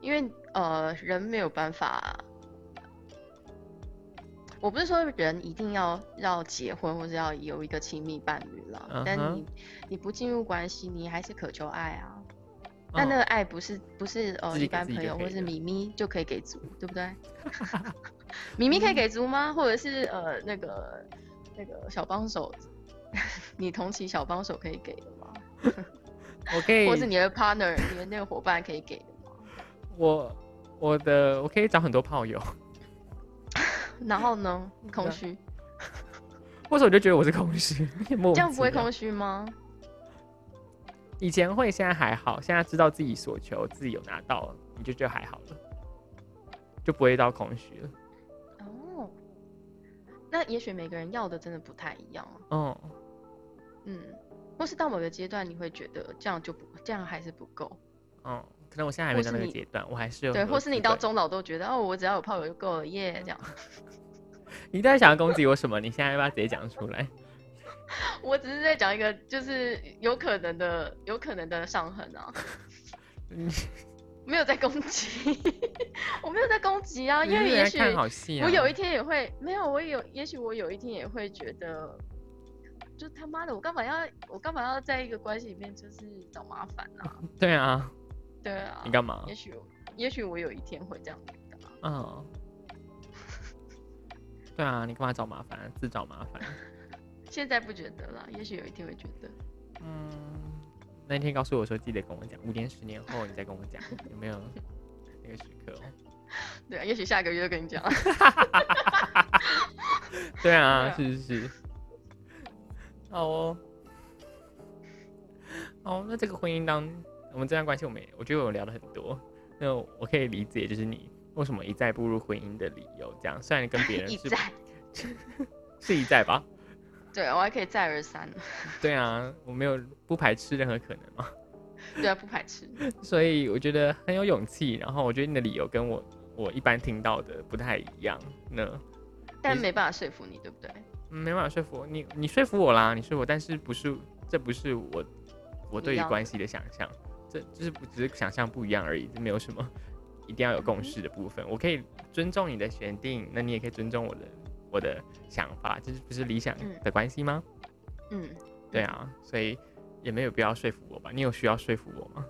[SPEAKER 1] 因为呃人没有办法。我不是说人一定要要结婚或者要有一个亲密伴侣啦但
[SPEAKER 2] 嗯哼
[SPEAKER 1] 你你不进入关系，你还是渴求爱啊。但
[SPEAKER 2] 嗯
[SPEAKER 1] 那个爱不是不是呃
[SPEAKER 2] 自己
[SPEAKER 1] 一
[SPEAKER 2] 给
[SPEAKER 1] 般
[SPEAKER 2] 自己
[SPEAKER 1] 朋
[SPEAKER 2] 就
[SPEAKER 1] 友
[SPEAKER 2] 可
[SPEAKER 1] 或
[SPEAKER 2] 以
[SPEAKER 1] 是
[SPEAKER 2] 了
[SPEAKER 1] 咪咪就可以给足，对不对？ 咪咪可
[SPEAKER 2] 嗯
[SPEAKER 1] 以给足吗？或者是呃那个那个小帮手， 你同期小帮手可以给的吗？
[SPEAKER 2] 我可以
[SPEAKER 1] 或，是你的 partner 你的那个伙伴可以给的吗？
[SPEAKER 2] 我我的我可以找很多炮友，
[SPEAKER 1] 然后呢，
[SPEAKER 2] 对
[SPEAKER 1] 空
[SPEAKER 2] 啊
[SPEAKER 1] 虚，
[SPEAKER 2] 或者我就觉得我是空虚，
[SPEAKER 1] 这
[SPEAKER 2] 这
[SPEAKER 1] 样不会空
[SPEAKER 2] 虚。
[SPEAKER 1] 虚吗？
[SPEAKER 2] 以前会，现在还好，现在知道自己所求，自己有拿到，你就觉得还好了，就不会到空虚了。
[SPEAKER 1] 哦，那也许每个人要的真的不太一样啊，
[SPEAKER 2] 嗯，
[SPEAKER 1] 嗯，或是到某个阶段你会觉得这样就不这样还是不够，
[SPEAKER 2] 嗯，可能我现在还没
[SPEAKER 1] 或
[SPEAKER 2] 到
[SPEAKER 1] 是
[SPEAKER 2] 那个
[SPEAKER 1] 你
[SPEAKER 2] 阶段，我还是有
[SPEAKER 1] 对，
[SPEAKER 2] 很多
[SPEAKER 1] 或是你
[SPEAKER 2] 自嗯
[SPEAKER 1] 到
[SPEAKER 2] 卑，
[SPEAKER 1] 中老都觉得哦，我只要有炮友就够了耶这样。
[SPEAKER 2] 你到底想要攻击我什么？你现在要不要直接讲出来？
[SPEAKER 1] 我只是在讲一个，就是有可能的、有可能的伤痕啊，
[SPEAKER 2] 你
[SPEAKER 1] 没有在攻击， 我没有在攻击啊，因
[SPEAKER 2] 你
[SPEAKER 1] 为
[SPEAKER 2] 是来
[SPEAKER 1] 也许
[SPEAKER 2] 看好戏啊，
[SPEAKER 1] 我有一天也会没有，我有，也许我有一天也会觉得，就他妈的，我干嘛要，我干嘛要在一个关系里面就是找麻烦啊？
[SPEAKER 2] 对啊，
[SPEAKER 1] 对啊
[SPEAKER 2] 你，干嘛
[SPEAKER 1] 也？许我，也许我有一天会这样觉得啊。
[SPEAKER 2] 嗯，对啊，你干嘛找麻烦？自找麻烦。
[SPEAKER 1] 现在不觉得啦，也许有一天会觉得。
[SPEAKER 2] 嗯，那天告诉我说，记得跟我讲，五年、十年后你再跟我讲，有没有那个时 刻、哦？
[SPEAKER 1] 对啊，也许下个月就跟你讲。
[SPEAKER 2] 对啊，
[SPEAKER 1] 对
[SPEAKER 2] 是是是。好哦，哦，那这个婚姻当我们这段关系，我们也我觉得我聊了很多，那我可以理解，就是你为什么一再步入婚姻的理由，这样虽然跟别人
[SPEAKER 1] 一
[SPEAKER 2] 是
[SPEAKER 1] 再，
[SPEAKER 2] 是一再吧，
[SPEAKER 1] 对我还可以再而三，
[SPEAKER 2] 对啊，我没有不排斥任何可能嘛，
[SPEAKER 1] 对啊，不排 斥。
[SPEAKER 2] 所以我觉得很有勇气，然后我觉得你的理由跟我我一般听到的不太一样，那。
[SPEAKER 1] 但
[SPEAKER 2] 你
[SPEAKER 1] 没办法说服你，对不对？
[SPEAKER 2] 嗯没办法说服我你，你说服我啦，你说服我，但是不是这不是我我
[SPEAKER 1] 你
[SPEAKER 2] 对于
[SPEAKER 1] 要的
[SPEAKER 2] 关系的想象，这就是不只是想象不一样而已，这没有什么一定要有共识的部分。我可以尊重你的选定，那你也可以尊重我的我的想法，这是不是理想
[SPEAKER 1] 嗯
[SPEAKER 2] 的关系吗？
[SPEAKER 1] 嗯，
[SPEAKER 2] 对啊，所以也没有必要说服我吧？你有需要说服我吗？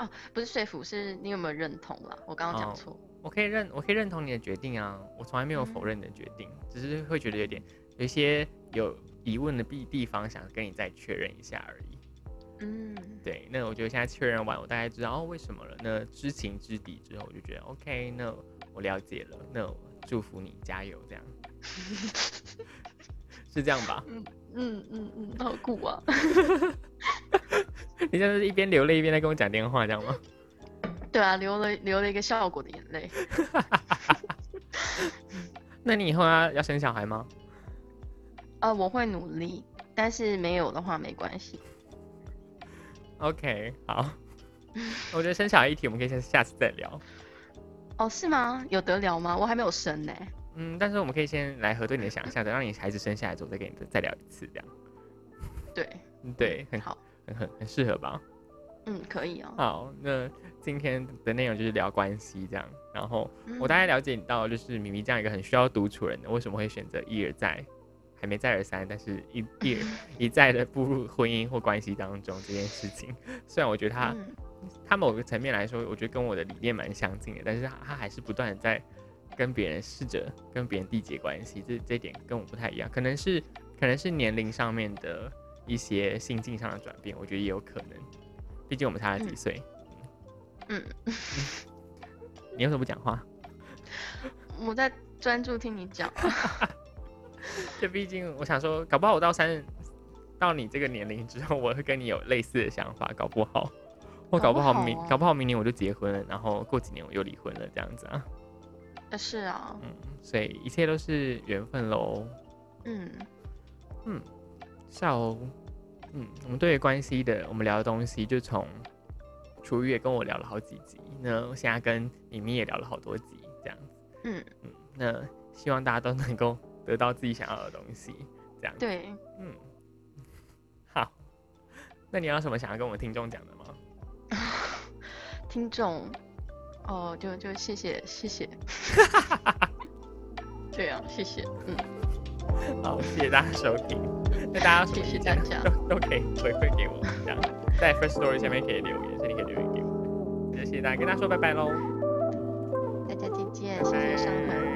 [SPEAKER 1] 哦，不是说服，是你有没有认同啦？我刚刚
[SPEAKER 2] 哦
[SPEAKER 1] 讲错。
[SPEAKER 2] 我可以认，我可以认同你的决定啊，我从来没有否
[SPEAKER 1] 嗯
[SPEAKER 2] 认你的决定，只是会觉得有点有一些有疑问的地地方，想跟你再确认一下而已。
[SPEAKER 1] 嗯
[SPEAKER 2] 对，那我觉得现在确认完，我大概知道哦为什么了。那知情知底之后，我就觉得 OK，那我了解了，那我祝福你加油，这样 是这样吧？
[SPEAKER 1] 嗯嗯嗯，好酷啊！
[SPEAKER 2] 你现在是一边流泪一边在跟我讲电话，这样吗？
[SPEAKER 1] 对啊，流了流了一个效果的眼泪。
[SPEAKER 2] 那你以后要要生小孩吗？
[SPEAKER 1] 呃，我会努力，但是没有的话没关系。
[SPEAKER 2] OK，好。 我觉得生小孩一题我们可以下下次再聊。
[SPEAKER 1] 哦，是吗？有得聊吗？我还没有生呢、
[SPEAKER 2] 嗯，但是我们可以先来核对你的想象，等让你孩子生下来之后再跟你再再聊一次，这样。
[SPEAKER 1] 对，
[SPEAKER 2] 嗯对，很啊
[SPEAKER 1] 好，
[SPEAKER 2] 很很很适合吧？
[SPEAKER 1] 嗯，可以哦。
[SPEAKER 2] 好，那今天的内容就是聊关系这样，然后
[SPEAKER 1] 嗯
[SPEAKER 2] 我大概了解你到，就是米米这样一个很需要独处的人，为什么会选择一而再，还没再而三，但是一一而一再的步入婚姻或关系当中这件事情。 虽然我觉得他
[SPEAKER 1] 嗯
[SPEAKER 2] 他某个层面来说，我觉得跟我的理念蛮相近的，但是他他还是不断的在跟别人试着跟别人缔结关系，这这一点跟我不太一样，可能是可能是年龄上面的一些心境上的转变，我觉得也有可能，毕竟我们差了几
[SPEAKER 1] 嗯
[SPEAKER 2] 岁。
[SPEAKER 1] 嗯，
[SPEAKER 2] 你为什么不讲话？
[SPEAKER 1] 我在专注听你讲啊。
[SPEAKER 2] 就毕竟我想说，搞不好我到三到你这个年龄之后，我会跟你有类似的想法，搞不好，我
[SPEAKER 1] 搞
[SPEAKER 2] 搞不
[SPEAKER 1] 不
[SPEAKER 2] 好
[SPEAKER 1] 好
[SPEAKER 2] 明
[SPEAKER 1] 哦
[SPEAKER 2] 搞不好明年我就结婚了，然后过几年我又离婚了，这样子啊，
[SPEAKER 1] 呃是啊，
[SPEAKER 2] 嗯，所以一切都是缘分喽。
[SPEAKER 1] 嗯，
[SPEAKER 2] So，嗯，我们对于关系的我们聊的东西，就从楚玉也跟我聊了好几集，那我现在跟米米也聊了好多集，这样子，
[SPEAKER 1] 嗯
[SPEAKER 2] 嗯，那希望大家都能够得到自己想要的东西，这样子。
[SPEAKER 1] 对，
[SPEAKER 2] 嗯， 好，那你有什么想要跟我们听众讲的吗？
[SPEAKER 1] 听众，哦，就就谢谢谢 谢。对啊，谢谢，嗯，
[SPEAKER 2] 好，谢谢大家收听。那大家啊有什么
[SPEAKER 1] 谢谢
[SPEAKER 2] 意见
[SPEAKER 1] 大家
[SPEAKER 2] 都都可以回馈给我们，这样在 First Story 下面可以留言，所以你可以留言给我们。那谢谢大家，跟大家说拜拜喽。
[SPEAKER 1] 大家再见，谢谢上海。